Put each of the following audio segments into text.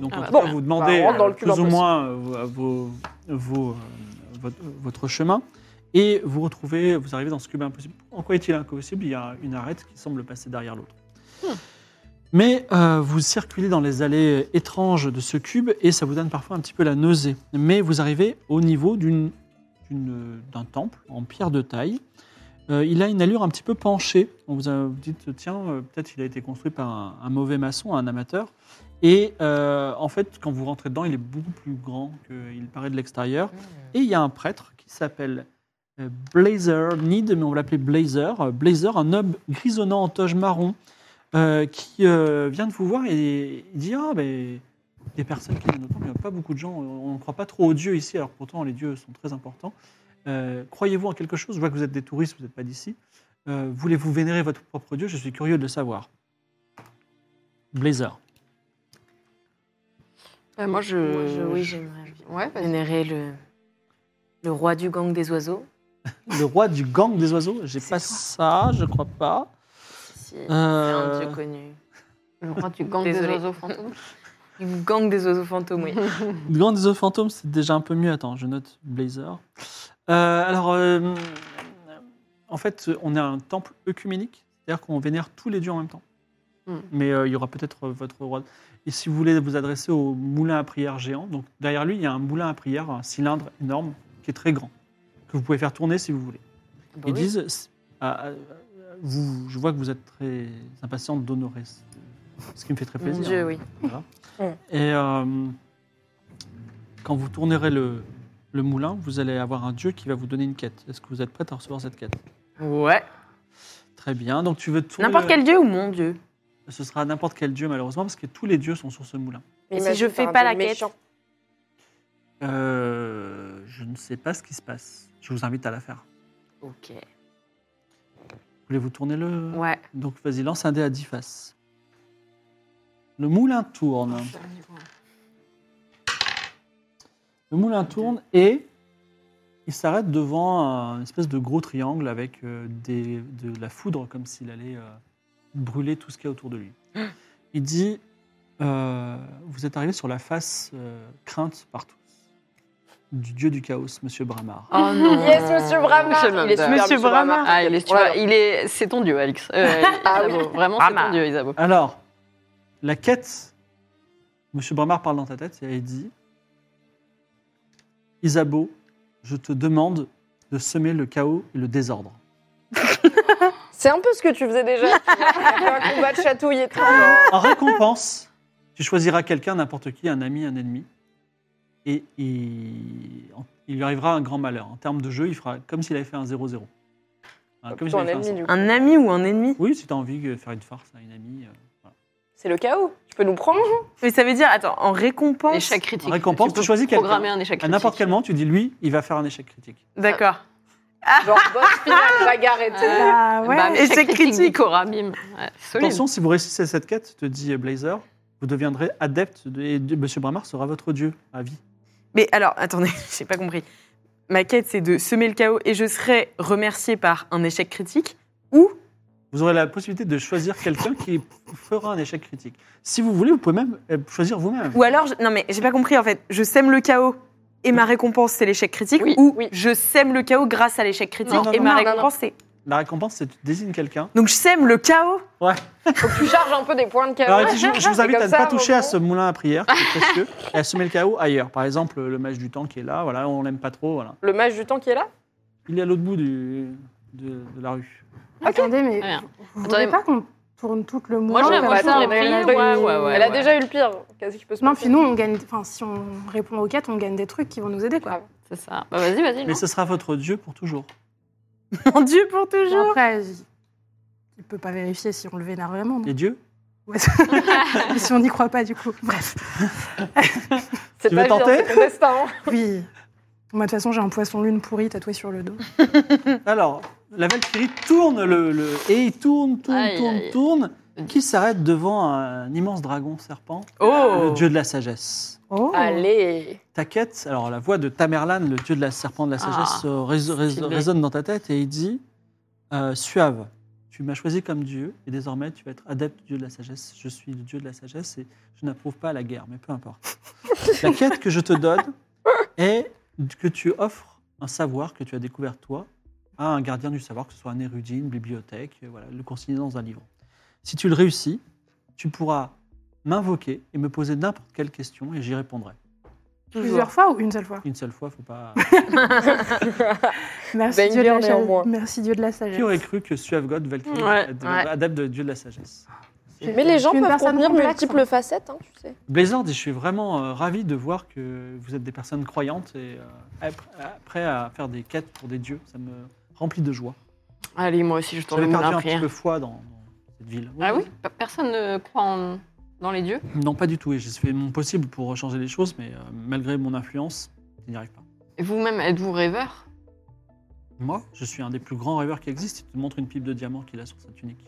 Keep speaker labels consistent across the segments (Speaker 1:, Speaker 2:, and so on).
Speaker 1: Donc,
Speaker 2: Ah
Speaker 1: en
Speaker 2: bah
Speaker 1: tout
Speaker 2: voilà.
Speaker 1: cas, vous
Speaker 3: Bah,
Speaker 1: demandez
Speaker 3: on rentre dans le
Speaker 1: euh,
Speaker 3: cul
Speaker 1: plus
Speaker 3: dans
Speaker 1: ou
Speaker 3: le
Speaker 1: moins euh, vos, vos, euh, votre, votre chemin et vous retrouvez, vous arrivez dans ce cube impossible. En quoi est-il impossible Il y a une arête qui semble passer derrière l'autre.
Speaker 3: Hmm.
Speaker 1: Mais euh, vous circulez dans les allées étranges de ce cube et ça vous donne parfois un petit peu la nausée. Mais vous arrivez au niveau d'une- d'une- d'un temple en pierre de taille. Euh, il a une allure un petit peu penchée. On vous, a, vous dites, tiens, euh, peut-être il a été construit par un, un mauvais maçon, un amateur. Et euh, en fait, quand vous rentrez dedans, il est beaucoup plus grand qu'il paraît de l'extérieur. Et il y a un prêtre qui s'appelle euh, Blazer Need, mais on va l'appeler Blazer. Euh, Blazer, un homme grisonnant en toge marron, euh, qui euh, vient de vous voir et il dit Ah, mais des personnes qui viennent au temple, il n'y a pas beaucoup de gens, on ne croit pas trop aux dieux ici, alors pourtant les dieux sont très importants. Euh, Croyez-vous en quelque chose Je vois que vous êtes des touristes, vous n'êtes pas d'ici. Euh, Voulez-vous vénérer votre propre dieu Je suis curieux de le savoir. Blazer.
Speaker 2: Euh, moi, je.
Speaker 4: Moi, je- oui, j'aimerais
Speaker 2: Ouais, vas-y.
Speaker 4: vénérer le, le roi du gang des oiseaux.
Speaker 1: Le roi du gang des oiseaux J'ai pas ça, je crois pas.
Speaker 4: Si,
Speaker 1: Euh,
Speaker 4: un dieu connu.
Speaker 2: Le roi du gang
Speaker 4: Désolée.
Speaker 2: des oiseaux fantômes.
Speaker 4: Du gang des oiseaux fantômes, oui.
Speaker 1: Le gang des oiseaux fantômes, c'est déjà un peu mieux. Attends, je note Blazer. Euh, alors, euh, en fait, on est un temple œcuménique, c'est-à-dire qu'on vénère tous les dieux en même temps.
Speaker 2: Hmm.
Speaker 1: Mais euh, il y aura peut-être euh, votre roi. Et si vous voulez vous adresser au moulin à prière géant, donc derrière lui, il y a un moulin à prière, un cylindre énorme, qui est très grand, que vous pouvez faire tourner si vous voulez.
Speaker 4: Bah
Speaker 1: Ils
Speaker 4: oui.
Speaker 1: disent, c'est- ah, ah, vous, je vois que vous êtes très impatiente d'honorer, ce- ce qui me fait très
Speaker 4: Mon
Speaker 1: plaisir.
Speaker 4: dieu, oui.
Speaker 1: Voilà.
Speaker 3: Ouais.
Speaker 1: Et euh, quand vous tournerez le, le moulin, vous allez avoir un dieu qui va vous donner une quête. Est-ce que vous êtes prête à recevoir cette quête
Speaker 4: Ouais.
Speaker 1: Très bien. Donc tu veux tourner.
Speaker 4: N'importe quel dieu ou mon dieu
Speaker 1: Ce sera n'importe quel dieu malheureusement parce que tous les dieux sont sur ce moulin.
Speaker 3: Mais
Speaker 4: Et si
Speaker 3: imagine,
Speaker 4: je fais
Speaker 3: t'as un
Speaker 4: pas
Speaker 3: peu
Speaker 4: la
Speaker 3: méchant.
Speaker 1: Euh, je ne sais pas ce qui se passe. Je vous invite à la faire.
Speaker 4: Ok.
Speaker 1: Voulez-vous tourner le
Speaker 4: Ouais.
Speaker 1: Donc vas-y, lance un dé à 10 faces. Le moulin tourne. Le moulin tourne et il s'arrête devant un espèce de gros triangle avec euh, des- de la foudre comme s'il allait euh, brûler tout ce qu'il y a autour de lui. Il dit euh, Vous êtes arrivé sur la face euh, crainte par tous du dieu du chaos, monsieur Bramar.
Speaker 4: Oh non.
Speaker 3: Yes, monsieur Bramar.
Speaker 5: Monsieur
Speaker 3: Il est super,
Speaker 5: Ah. Monsieur
Speaker 3: Bramar.
Speaker 5: Ah, il est, tu
Speaker 3: Ouais.
Speaker 5: vois, il est, c'est ton dieu, Alex. Euh,
Speaker 3: Ah oui.
Speaker 5: Isabeau. Vraiment, c'est
Speaker 4: Brahma.
Speaker 5: ton dieu, Isabeau.
Speaker 1: Alors, la quête, Monsieur Bramar parle dans ta tête et il dit Isabeau, je te demande de semer le chaos et le désordre.
Speaker 3: C'est un peu ce que tu faisais déjà. tu vois. un combat de chatouille et tout.
Speaker 1: Ah, En
Speaker 3: genre.
Speaker 1: récompense, tu choisiras quelqu'un, n'importe qui, un ami, un ennemi, et il, il lui arrivera un grand malheur. En termes de jeu, il fera comme s'il avait fait un 0-0. Hein, comme s'il
Speaker 3: Ah, Plutôt un
Speaker 1: avait fait un
Speaker 3: ennemi, du coup.
Speaker 4: Un ami ou un ennemi
Speaker 1: Oui, si tu as envie de faire une farce à une amie. euh, voilà.
Speaker 3: C'est le chaos. Tu peux nous prendre
Speaker 4: Mais ça veut dire, attends, en récompense.
Speaker 5: Échec critique.
Speaker 1: En récompense, tu
Speaker 5: peux
Speaker 1: choisis quelqu'un.
Speaker 5: Programmer un échec
Speaker 1: À
Speaker 5: critique.
Speaker 1: n'importe quel moment, tu dis lui, il va faire un échec critique.
Speaker 4: D'accord.
Speaker 3: Genre boss final, bagarre et tout.
Speaker 4: Ah
Speaker 5: Bam,
Speaker 4: Et c'est
Speaker 5: Bah, échec critique.
Speaker 4: critique.
Speaker 5: Cora Mime. Ouais, solide.
Speaker 1: Attention, si vous réussissez cette quête, te dit Blazer, vous deviendrez adepte de- et de- Monsieur Bramar sera votre dieu à vie.
Speaker 4: Mais alors, attendez, j'ai pas compris. Ma quête, c'est de semer le chaos et je serai remercié par un échec critique ou.
Speaker 1: Vous aurez la possibilité de choisir quelqu'un qui fera un échec critique. Si vous voulez, vous pouvez même euh, choisir vous-même.
Speaker 4: Ou alors, je- non mais j'ai pas compris en fait, je sème le chaos et ma récompense c'est l'échec critique
Speaker 5: Oui,
Speaker 4: ou
Speaker 3: oui.
Speaker 4: je sème le chaos grâce à l'échec critique
Speaker 1: Non, non,
Speaker 4: et
Speaker 1: non,
Speaker 4: ma
Speaker 3: non, non,
Speaker 4: récompense c'est.
Speaker 1: La récompense, c'est que tu désignes quelqu'un.
Speaker 4: Donc je sème le chaos
Speaker 1: Ouais.
Speaker 3: Faut que tu charges un peu des points de chaos.
Speaker 1: Alors, je, je vous
Speaker 3: Ah C'est
Speaker 1: invite à
Speaker 3: comme
Speaker 1: ne
Speaker 3: ça,
Speaker 1: pas toucher à
Speaker 3: Bobo.
Speaker 1: ce moulin à prière, qui est précieux, et à semer le chaos ailleurs. Par exemple, le mage du temps qui est là, voilà, on l'aime pas trop, voilà.
Speaker 3: Le mage du temps qui est là
Speaker 1: Il est à l'autre bout du- de, de la rue.
Speaker 5: Très
Speaker 2: Attendez, mais.
Speaker 5: bien.
Speaker 2: Vous
Speaker 5: Attendez,
Speaker 2: voulez pas qu'on
Speaker 6: tourne tout le
Speaker 5: Moi,
Speaker 6: mois.
Speaker 5: j'aime
Speaker 6: comme
Speaker 5: pas ça,
Speaker 6: ça, on
Speaker 5: mais
Speaker 6: gagne-
Speaker 5: elle- ouais, ouais, ouais,
Speaker 3: Elle a
Speaker 5: ouais.
Speaker 3: déjà eu le pire. Qu'est-ce qui peut se
Speaker 6: Non,
Speaker 3: passer
Speaker 6: puis nous, on gagne. Enfin, si on répond aux quêtes, on gagne des trucs qui vont nous aider, quoi.
Speaker 5: C'est ça. Bah, vas-y, vas-y.
Speaker 1: Mais
Speaker 5: non.
Speaker 1: ce sera votre dieu pour toujours.
Speaker 4: Mon Dieu, pour
Speaker 6: Bon,
Speaker 4: toujours
Speaker 6: après, il il peut pas vérifier si on le vénère vraiment. non
Speaker 1: Les dieux
Speaker 6: Ouais. Ou si on n'y croit pas, du coup. Bref.
Speaker 3: C'est
Speaker 1: Tu veux
Speaker 3: pas évident,
Speaker 1: tenter
Speaker 3: c'est ton destin. hein.
Speaker 6: Oui. Moi, de toute façon, j'ai un poisson lune pourri tatoué sur le dos.
Speaker 1: Alors, la Valkyrie tourne le, le- et il tourne, tourne,
Speaker 5: Aïe,
Speaker 1: tourne,
Speaker 5: aïe.
Speaker 1: tourne, qui s'arrête devant un immense dragon serpent,
Speaker 4: Oh
Speaker 1: le dieu de la sagesse.
Speaker 6: Oh
Speaker 3: Allez.
Speaker 1: Ta quête, alors la voix de Tamerlan, le dieu de la serpent de la sagesse, euh, rés- rés-
Speaker 5: stylé.
Speaker 1: résonne dans ta tête et il dit euh, Suave, tu m'as choisi comme dieu et désormais tu vas être adepte du dieu de la sagesse. Je suis le dieu de la sagesse et je n'approuve pas la guerre, mais peu importe. la quête que je te donne est que tu offres un savoir que tu as découvert toi à un gardien du savoir, que ce soit un érudit, une bibliothèque, euh, voilà, le consigner dans un livre. Si tu le réussis, tu pourras m'invoquer et me poser n'importe quelle question et j'y répondrai.
Speaker 6: Plusieurs fois ou une seule fois
Speaker 1: Une seule fois, faut pas.
Speaker 6: Merci,
Speaker 3: Ben
Speaker 6: Dieu, de
Speaker 3: Dieu,
Speaker 6: la
Speaker 3: néanmoins.
Speaker 6: sagesse. Merci Dieu de la sagesse.
Speaker 1: Qui aurait cru que Suave God Valkyrie
Speaker 4: Ouais,
Speaker 1: ad-
Speaker 4: ouais.
Speaker 1: adepte de dieu de la sagesse
Speaker 3: Mais les gens
Speaker 6: Une
Speaker 3: peuvent
Speaker 6: personne
Speaker 3: contenir
Speaker 6: complexe.
Speaker 3: multiples facettes, hein, tu sais.
Speaker 1: Blizzard, je suis vraiment euh, ravi de voir que vous êtes des personnes croyantes et euh, ap- prêts à faire des quêtes pour des dieux. Ça me remplit de joie.
Speaker 4: Allez, moi aussi, je tourne
Speaker 1: J'avais
Speaker 4: le mur
Speaker 1: perdu
Speaker 4: à
Speaker 1: un petit
Speaker 4: prière.
Speaker 1: peu foi dans, dans cette ville.
Speaker 5: Ah oui Pe- Personne ne croit en- dans les dieux.
Speaker 1: Non, pas du tout. Et j'ai fait mon possible pour changer les choses, mais euh, malgré mon influence, je n'y arrive pas.
Speaker 5: Et Vous-même, êtes-vous rêveur
Speaker 1: Moi, je suis un des plus grands rêveurs qui existe. Il te montre une pipe de diamant qu'il a sur sa tunique.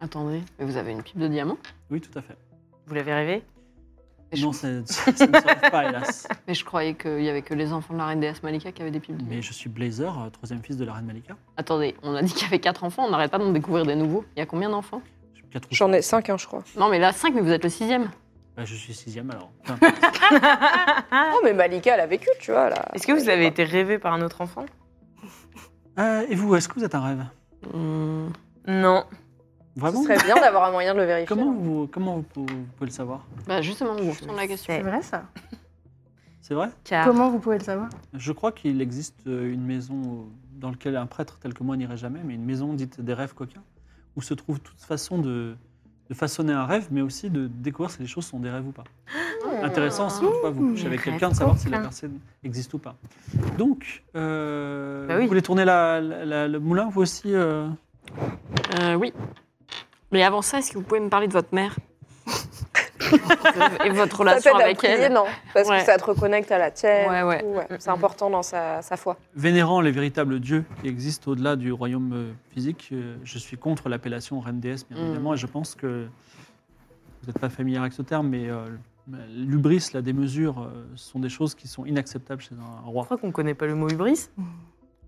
Speaker 5: Attendez, mais vous avez une pipe de diamant
Speaker 1: Oui, tout à fait.
Speaker 4: Vous l'avez rêvé
Speaker 5: Mais je-
Speaker 1: non, ça, ça ne s'arrête pas, hélas.
Speaker 5: Mais je croyais qu'il y avait que les enfants de la reine déesse Malika qui avaient des pipes de
Speaker 1: Mais
Speaker 5: diamant.
Speaker 1: je suis Blazer, euh, troisième fils de la reine Malika.
Speaker 5: Attendez, on a dit qu'il y avait quatre enfants, on n'arrête pas d'en découvrir des nouveaux. Il y a combien d'enfants
Speaker 1: Je suis quatre ou
Speaker 3: J'en ai cinq, hein, je crois.
Speaker 5: Non, mais là, cinq, mais vous êtes le sixième.
Speaker 1: Bah, je suis sixième alors. Enfin,
Speaker 3: Oh, mais Malika, elle a vécu, tu vois. Là.
Speaker 4: Est-ce que vous avez été rêvé par un autre enfant
Speaker 1: euh, et vous, est-ce que vous êtes un rêve
Speaker 5: Hmm.
Speaker 4: Non.
Speaker 3: Ce
Speaker 1: Vraiment
Speaker 3: serait bien d'avoir un moyen de le vérifier.
Speaker 1: Ah Comment
Speaker 3: hein.
Speaker 1: vous, comment vous pou- vous pouvez le savoir
Speaker 5: Bah justement, on vous retourne la question.
Speaker 6: C'est vrai, ça
Speaker 1: C'est vrai
Speaker 4: Car...
Speaker 6: Comment vous pouvez le savoir
Speaker 1: Je crois qu'il existe euh, une maison euh, dans laquelle un prêtre tel que moi n'irait jamais, mais une maison dite des rêves coquins, où se trouve toute façon de, de façonner un rêve, mais aussi de découvrir si les choses sont des rêves ou pas. Intéressant, si toutefois vous couchez avec
Speaker 4: Rêve
Speaker 1: quelqu'un, de savoir si la
Speaker 4: coquin.
Speaker 1: personne existe ou pas. Donc, euh,
Speaker 4: Bah oui.
Speaker 1: vous voulez tourner la- la- la- le moulin, vous aussi euh,
Speaker 5: Euh, oui. Mais avant ça, est-ce que vous pouvez me parler de votre mère Et votre
Speaker 3: Ça
Speaker 5: relation
Speaker 3: t'aide à
Speaker 5: avec
Speaker 3: prier,
Speaker 5: elle
Speaker 3: non Parce
Speaker 5: Ouais.
Speaker 3: que ça te reconnecte à la tienne.
Speaker 5: Ouais, ouais. Mm,
Speaker 3: tout, C'est important dans sa, sa foi.
Speaker 1: Vénérant les véritables dieux qui existent au-delà du royaume euh, physique, euh, je suis contre l'appellation reine déesse, bien
Speaker 5: Mm.
Speaker 1: évidemment, et je pense que vous n'êtes pas familière avec ce terme, mais euh, l'ubris, la démesure, euh, sont des choses qui sont inacceptables chez un
Speaker 4: Je
Speaker 1: roi.
Speaker 4: crois qu'on connaît pas le mot hubris.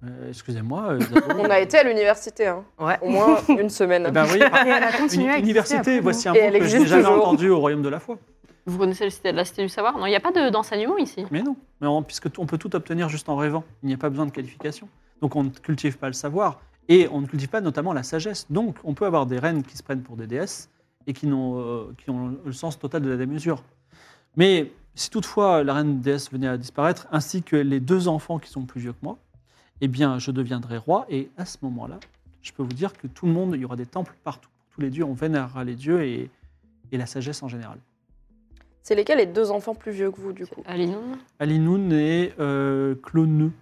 Speaker 1: Euh, Excusez-moi. euh, Isabeau.
Speaker 5: Mm.
Speaker 3: On a été à l'université, hein.
Speaker 4: Ouais.
Speaker 3: au moins une semaine.
Speaker 1: Eh ben oui,
Speaker 6: Et elle a continué à
Speaker 1: une
Speaker 6: exister
Speaker 1: université,
Speaker 6: après, non
Speaker 1: voici un
Speaker 3: Et
Speaker 1: mot
Speaker 3: elle
Speaker 1: que je n'ai
Speaker 3: existe
Speaker 1: jamais
Speaker 3: toujours.
Speaker 1: entendu au royaume de la foi.
Speaker 5: Vous connaissez le cité- la cité du savoir Non, il n'y a pas de- d'enseignement ici.
Speaker 1: Mais non, mais on, puisque t- on peut tout obtenir juste en rêvant. Il n'y a pas besoin de qualification. Donc on ne cultive pas le savoir et on ne cultive pas notamment la sagesse. Donc on peut avoir des reines qui se prennent pour des déesses et qui, n'ont, euh, qui ont le sens total de la démesure. Mais si toutefois la reine déesse venait à disparaître, ainsi que les deux enfants qui sont plus vieux que moi, eh bien je deviendrai roi et à ce moment-là, je peux vous dire que tout le monde, il y aura des temples partout. Tous les dieux, on vénérera les dieux et, et la sagesse en général.
Speaker 3: C'est lesquels les deux enfants plus vieux que vous, du coup
Speaker 5: Alinoun
Speaker 1: Alinoun et euh, Cloneux.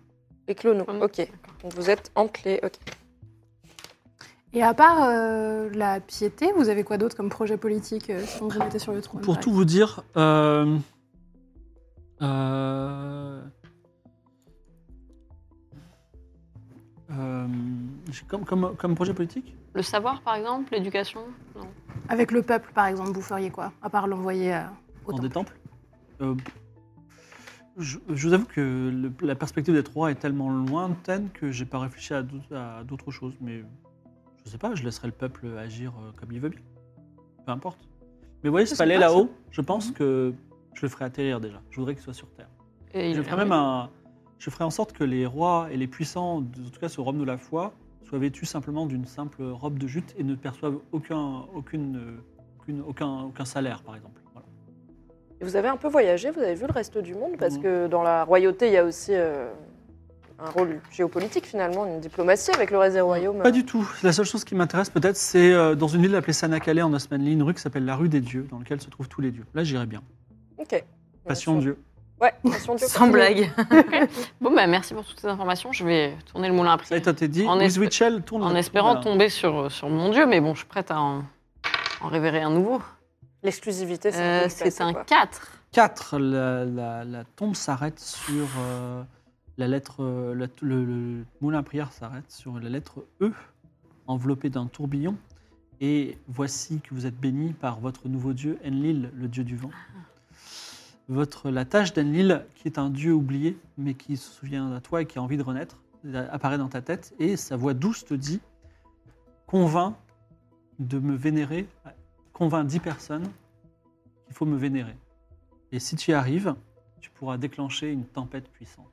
Speaker 3: Les clonos,
Speaker 5: Clonos.
Speaker 3: ok. Donc vous êtes entre les... ok.
Speaker 6: Et à part euh, la piété, vous avez quoi d'autre comme projet politique euh, si on vous mettait sur le trône
Speaker 1: Pour
Speaker 6: par
Speaker 1: tout vous dire, euh, euh, euh, j'ai comme, comme, comme projet politique,
Speaker 5: Le savoir, par exemple L'éducation Non.
Speaker 6: exemple Avec le peuple, par exemple, vous feriez quoi À part l'envoyer euh, au
Speaker 1: dans des
Speaker 6: temple.
Speaker 1: temples, euh, je, je vous avoue que le- la perspective d'être roi est tellement lointaine que j'ai pas réfléchi à d'autres- à d'autres choses. Mais je sais pas, je laisserai le peuple agir euh, comme il veut bien. Peu importe. Mais vous voyez, ce
Speaker 6: C'est
Speaker 1: palais
Speaker 6: sympa, ça. Mhm.
Speaker 1: là-haut, je pense que je le ferai atterrir déjà. Je voudrais qu'il soit sur Terre.
Speaker 5: Et il
Speaker 1: Je
Speaker 5: a
Speaker 1: ferai
Speaker 5: l'air
Speaker 1: même un- Je ferai en sorte que les rois et les puissants, de- en tout cas ce royaume de la foi, soient vêtus simplement d'une simple robe de jute et ne perçoivent aucun, aucune, euh, aucune- aucun, aucun salaire, par exemple. Voilà.
Speaker 3: Et vous avez un peu voyagé, vous avez vu le reste du monde, parce
Speaker 1: Mhm.
Speaker 3: que dans la royauté, il y a aussi euh, un rôle géopolitique finalement, une diplomatie avec le reste
Speaker 5: Mm.
Speaker 3: des royaumes.
Speaker 1: Pas du tout. La seule chose qui m'intéresse peut-être, c'est euh, dans une ville appelée Sanakale en Osmanli, une rue qui s'appelle la rue des dieux, dans laquelle se trouvent tous les dieux. Là, j'irai bien.
Speaker 3: Ok.
Speaker 1: Passion
Speaker 3: Bien sûr.
Speaker 1: dieu.
Speaker 3: Ouais, passion Dieu.
Speaker 4: Sans blague.
Speaker 5: Bon, bah merci pour toutes ces informations. Je vais tourner le moulin à
Speaker 1: Ça y
Speaker 5: prix.
Speaker 1: est, t'as été dit.
Speaker 5: En
Speaker 1: Miss
Speaker 5: esp-
Speaker 1: Witchell tourne.
Speaker 5: En
Speaker 1: tourne
Speaker 5: espérant
Speaker 1: la-
Speaker 5: tomber sur, sur mon dieu, mais bon, je suis prête à en, en révéler un nouveau.
Speaker 3: L'exclusivité, c'est
Speaker 5: Euh,
Speaker 3: un peu du
Speaker 5: C'est
Speaker 3: passé,
Speaker 5: un
Speaker 3: quoi.
Speaker 5: 4.
Speaker 1: 4, la, la- la tombe s'arrête sur euh, la lettre. euh, la- le, le moulin à prière s'arrête sur la lettre E, enveloppée d'un tourbillon. Et voici que vous êtes béni par votre nouveau dieu, Enlil, le dieu du vent. Votre, la tâche d'Enlil, qui est un dieu oublié, mais qui se souvient à toi et qui a envie de renaître, apparaît dans ta tête. Et sa voix douce te dit Convainc de me vénérer, convainc dix personnes qu'il faut me vénérer. Et si tu y arrives, tu pourras déclencher une tempête puissante.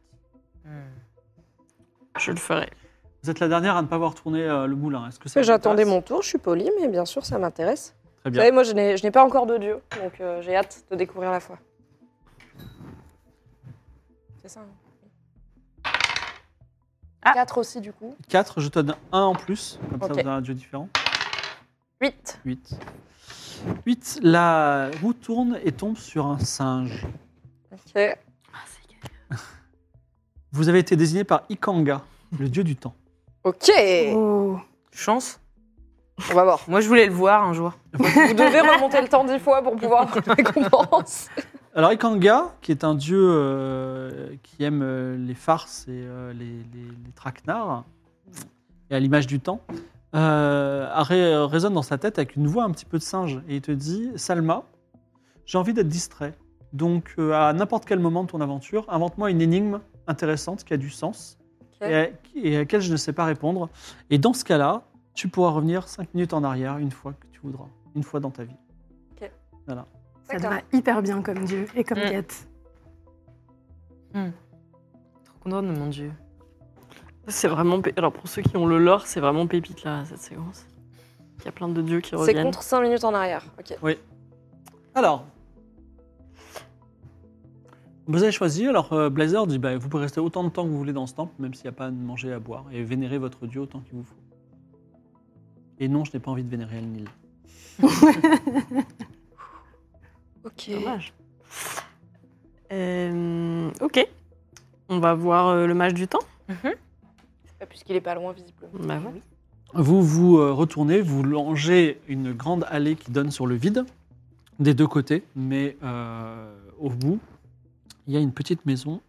Speaker 5: Je le ferai.
Speaker 1: Vous êtes la dernière à ne pas avoir tourné euh, le moulin. Est-ce que ça vous
Speaker 3: J'attendais
Speaker 1: intéresse
Speaker 3: mon tour, je suis polie, mais bien sûr, ça m'intéresse.
Speaker 1: Très
Speaker 3: Vous
Speaker 1: bien.
Speaker 3: savez, moi, je n'ai je n'ai pas encore de dieu, donc euh, j'ai hâte de découvrir la foi. C'est ça. 4 aussi, du coup.
Speaker 1: 4, je te donne un en plus, comme ça
Speaker 3: Ok.
Speaker 1: vous avez un dieu différent.
Speaker 3: 8.
Speaker 1: 8. 8, la roue tourne et tombe sur un singe.
Speaker 3: Ok.
Speaker 5: Ah, c'est gay.
Speaker 1: Vous avez été désigné par Ikanga, le dieu du temps.
Speaker 3: Ok.
Speaker 6: Oh.
Speaker 4: Chance.
Speaker 3: On va voir.
Speaker 4: Moi, je voulais le voir un jour.
Speaker 3: Vous devez remonter le temps 10 fois pour pouvoir avoir une récompense.
Speaker 1: Alors Ikanga, qui est un dieu euh, qui aime euh, les farces et euh, les, les- les traquenards, et à l'image du temps, euh, a ré- résonne dans sa tête avec une voix un petit peu de singe. Et il te dit, Salma, j'ai envie d'être distrait. Donc euh, à n'importe quel moment de ton aventure, invente-moi une énigme intéressante qui a du sens
Speaker 3: Ok.
Speaker 1: et, à, et à laquelle je ne sais pas répondre. Et dans ce cas-là, tu pourras revenir 5 minutes en arrière une fois que tu voudras, une fois dans ta vie.
Speaker 6: Ça te
Speaker 3: D'accord.
Speaker 6: va hyper bien comme dieu et comme
Speaker 4: Mm.
Speaker 6: quête.
Speaker 4: Trop contente de mon dieu.
Speaker 5: C'est vraiment. pé- Alors, pour ceux qui ont le lore, c'est vraiment pépite, là, cette séquence. Il y a plein de dieux qui
Speaker 3: C'est
Speaker 5: reviennent.
Speaker 3: contre 5 minutes en arrière. Ok.
Speaker 1: Alors, vous avez choisi. Alors, euh, Blazer dit bah, vous pouvez rester autant de temps que vous voulez dans ce temple, même s'il n'y a pas à manger à boire, et vénérer votre dieu autant qu'il vous faut. Et non, je n'ai pas envie de vénérer El Nil.
Speaker 3: Ok.
Speaker 5: Dommage. Euh, ok. On va voir euh, le match du temps.
Speaker 3: Ah, Puisqu'il est pas loin, visiblement.
Speaker 5: Bah ouais.
Speaker 1: Vous vous euh, retournez, vous longez une grande allée qui donne sur le vide, des deux côtés, mais euh, au bout, il y a une petite maison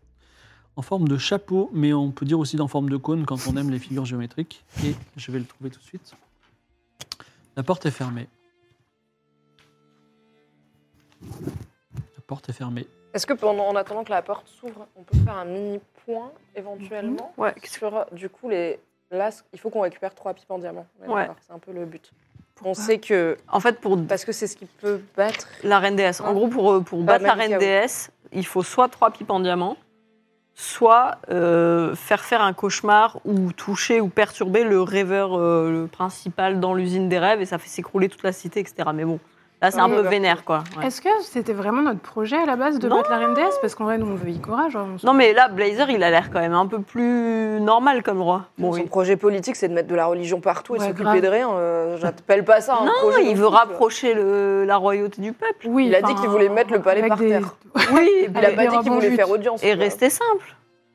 Speaker 1: en forme de chapeau, mais on peut dire aussi en forme de cône quand on aime les figures géométriques. Et je vais le trouver tout de suite. La porte est fermée. La porte est fermée.
Speaker 3: Est-ce que pendant, en attendant que la porte s'ouvre, on peut faire un mini point éventuellement
Speaker 4: Mhm.
Speaker 5: Ouais, qu'est-ce
Speaker 3: sur du coup les là ce- il faut qu'on récupère trois pipes en diamant. Ouais,
Speaker 5: Ouais.
Speaker 3: d'accord, C'est un peu le but. on sait que
Speaker 4: En fait, pour
Speaker 3: parce que c'est ce qui peut battre.
Speaker 4: la reine déesse. En
Speaker 3: Ouais.
Speaker 4: gros, pour, euh, pour
Speaker 3: Pas
Speaker 4: battre
Speaker 3: de
Speaker 4: la
Speaker 3: magie
Speaker 4: reine
Speaker 3: chaos.
Speaker 4: déesse, il faut soit trois pipes en diamant, soit euh, faire faire un cauchemar ou toucher ou perturber le rêveur euh, le principal dans l'usine des rêves et ça fait s'écrouler toute la cité, etc. Mais bon, là, c'est un
Speaker 3: Oui,
Speaker 4: peu
Speaker 3: bah.
Speaker 4: vénère, quoi. Ouais.
Speaker 6: Est-ce que c'était vraiment notre projet à la base de
Speaker 4: Non.
Speaker 6: battre la reine déesse Parce qu'en vrai, nous, on veut Ikora. Genre, on s'en
Speaker 4: Non, mais là, Blazer, il a l'air quand même un peu plus normal comme roi. Bon,
Speaker 3: Son
Speaker 4: il,
Speaker 3: projet politique, c'est de mettre de la religion partout et de
Speaker 6: Ouais,
Speaker 3: s'occuper
Speaker 6: grave.
Speaker 3: de rien. euh, J'appelle pas ça un
Speaker 4: Non,
Speaker 3: projet.
Speaker 4: il
Speaker 3: non
Speaker 4: veut
Speaker 3: plus,
Speaker 4: rapprocher le- la royauté du peuple.
Speaker 6: Oui,
Speaker 3: Il a
Speaker 6: enfin,
Speaker 3: dit qu'il voulait mettre le palais
Speaker 6: avec
Speaker 3: par
Speaker 6: des-
Speaker 3: terre.
Speaker 4: Oui,
Speaker 3: quoi. Il a
Speaker 6: avec
Speaker 3: pas dit
Speaker 6: des
Speaker 3: qu'il
Speaker 6: robes en
Speaker 3: voulait
Speaker 6: jute.
Speaker 3: faire audience.
Speaker 4: et
Speaker 3: tu vois.
Speaker 4: rester simple.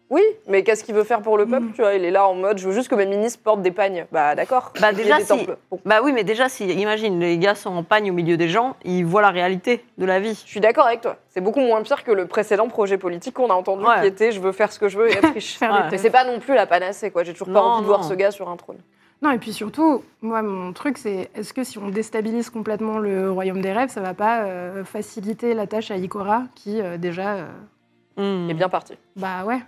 Speaker 3: Oui, mais qu'est-ce qu'il veut faire pour le peuple
Speaker 6: Mm.
Speaker 3: Tu vois, il est là en mode, je veux juste que mes ministres portent des pagnes. Bah d'accord.
Speaker 4: Bah,
Speaker 3: Il y a
Speaker 4: déjà,
Speaker 3: des
Speaker 4: si-
Speaker 3: temples. Bon.
Speaker 4: Bah oui, mais déjà, si, imagine, les gars sont en pagne au milieu des gens, ils voient la réalité de la vie.
Speaker 3: Je suis d'accord avec toi. C'est beaucoup moins pire que le précédent projet politique qu'on a entendu
Speaker 4: Ouais.
Speaker 3: qui était je veux faire ce que je veux et être riche.
Speaker 6: Faire
Speaker 4: Ouais.
Speaker 6: des
Speaker 3: Mais
Speaker 6: tests.
Speaker 3: c'est pas non plus la panacée, quoi. J'ai toujours pas
Speaker 4: Non,
Speaker 3: envie de voir
Speaker 4: non.
Speaker 3: ce gars sur un trône.
Speaker 6: Non, et puis surtout, moi, mon truc, c'est est-ce que si on déstabilise complètement le royaume des rêves, ça va pas euh, faciliter la tâche à Ikora, qui euh, déjà. euh,
Speaker 4: Hmm.
Speaker 3: Il est bien parti.
Speaker 6: bah ouais.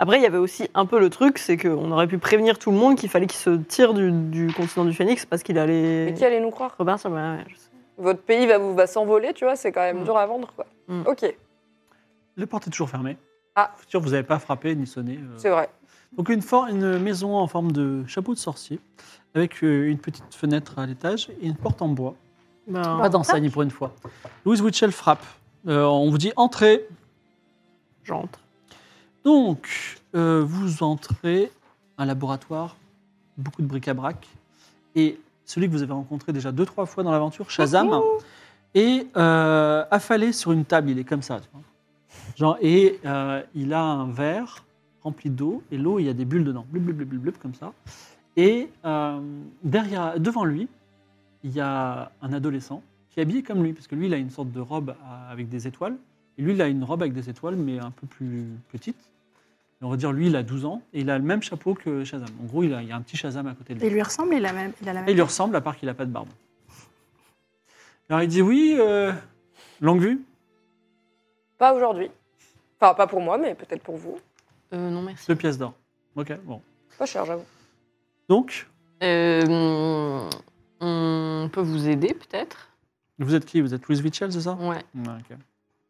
Speaker 4: Après, il y avait aussi un peu le truc, c'est qu'on aurait pu prévenir tout le monde qu'il fallait qu'il se tire du, du continent du phénix parce qu'il allait.
Speaker 3: Mais qui allait nous croire
Speaker 4: Robin, ça m'a- ouais, je sais.
Speaker 3: Votre pays va vous va s'envoler, tu vois, c'est quand même
Speaker 4: Mm.
Speaker 3: dur à vendre, quoi.
Speaker 4: Mm.
Speaker 3: Ok,
Speaker 1: La porte est toujours fermée.
Speaker 3: Ah.
Speaker 1: Je suis sûr que vous n'avez pas frappé ni sonné. euh.
Speaker 3: c'est vrai.
Speaker 1: Donc une, for- une maison en forme de chapeau de sorcier, avec euh, une petite fenêtre à l'étage et une porte en bois.
Speaker 3: Bah,
Speaker 6: Ah. Bah,
Speaker 1: Pas d'enseigne pour une fois. Louise Witchell frappe. Euh, on vous dit entrez.
Speaker 4: J'entre.
Speaker 1: Donc, euh, vous entrez un laboratoire, beaucoup de bric-à-brac, et celui que vous avez rencontré déjà deux, trois fois dans l'aventure, Shazam, est euh, affalé sur une table, il est comme ça. tu vois. Genre, et euh, il a un verre rempli d'eau, et l'eau, il y a des bulles dedans, blub, blub, blub, blub, blub, comme ça. Et euh, derrière, devant lui, il y a un adolescent qui est habillé comme lui, parce que lui, il a une sorte de robe à- avec des étoiles. Et lui, il a une robe avec des étoiles, mais un peu plus petite. On va dire, lui, il a 12 ans, et il a le même chapeau que Shazam. En gros, il a, il y a un petit Shazam à côté de lui.
Speaker 6: Il lui ressemble, il a, même- il a la
Speaker 1: Et
Speaker 6: même.
Speaker 1: il lui ressemble, à part qu'il n'a pas de barbe. Alors il dit oui, euh, longue vue.
Speaker 3: Pas aujourd'hui. Enfin, pas pour moi, mais peut-être pour vous.
Speaker 4: Euh, non, merci.
Speaker 1: Deux pièces d'or. Ok, bon.
Speaker 3: Pas cher, j'avoue.
Speaker 1: Donc,
Speaker 4: Euh, on peut vous aider, peut-être
Speaker 1: vous êtes qui Vous êtes Louis Vitchell, c'est ça
Speaker 4: Ouais.
Speaker 1: Ouais, ok.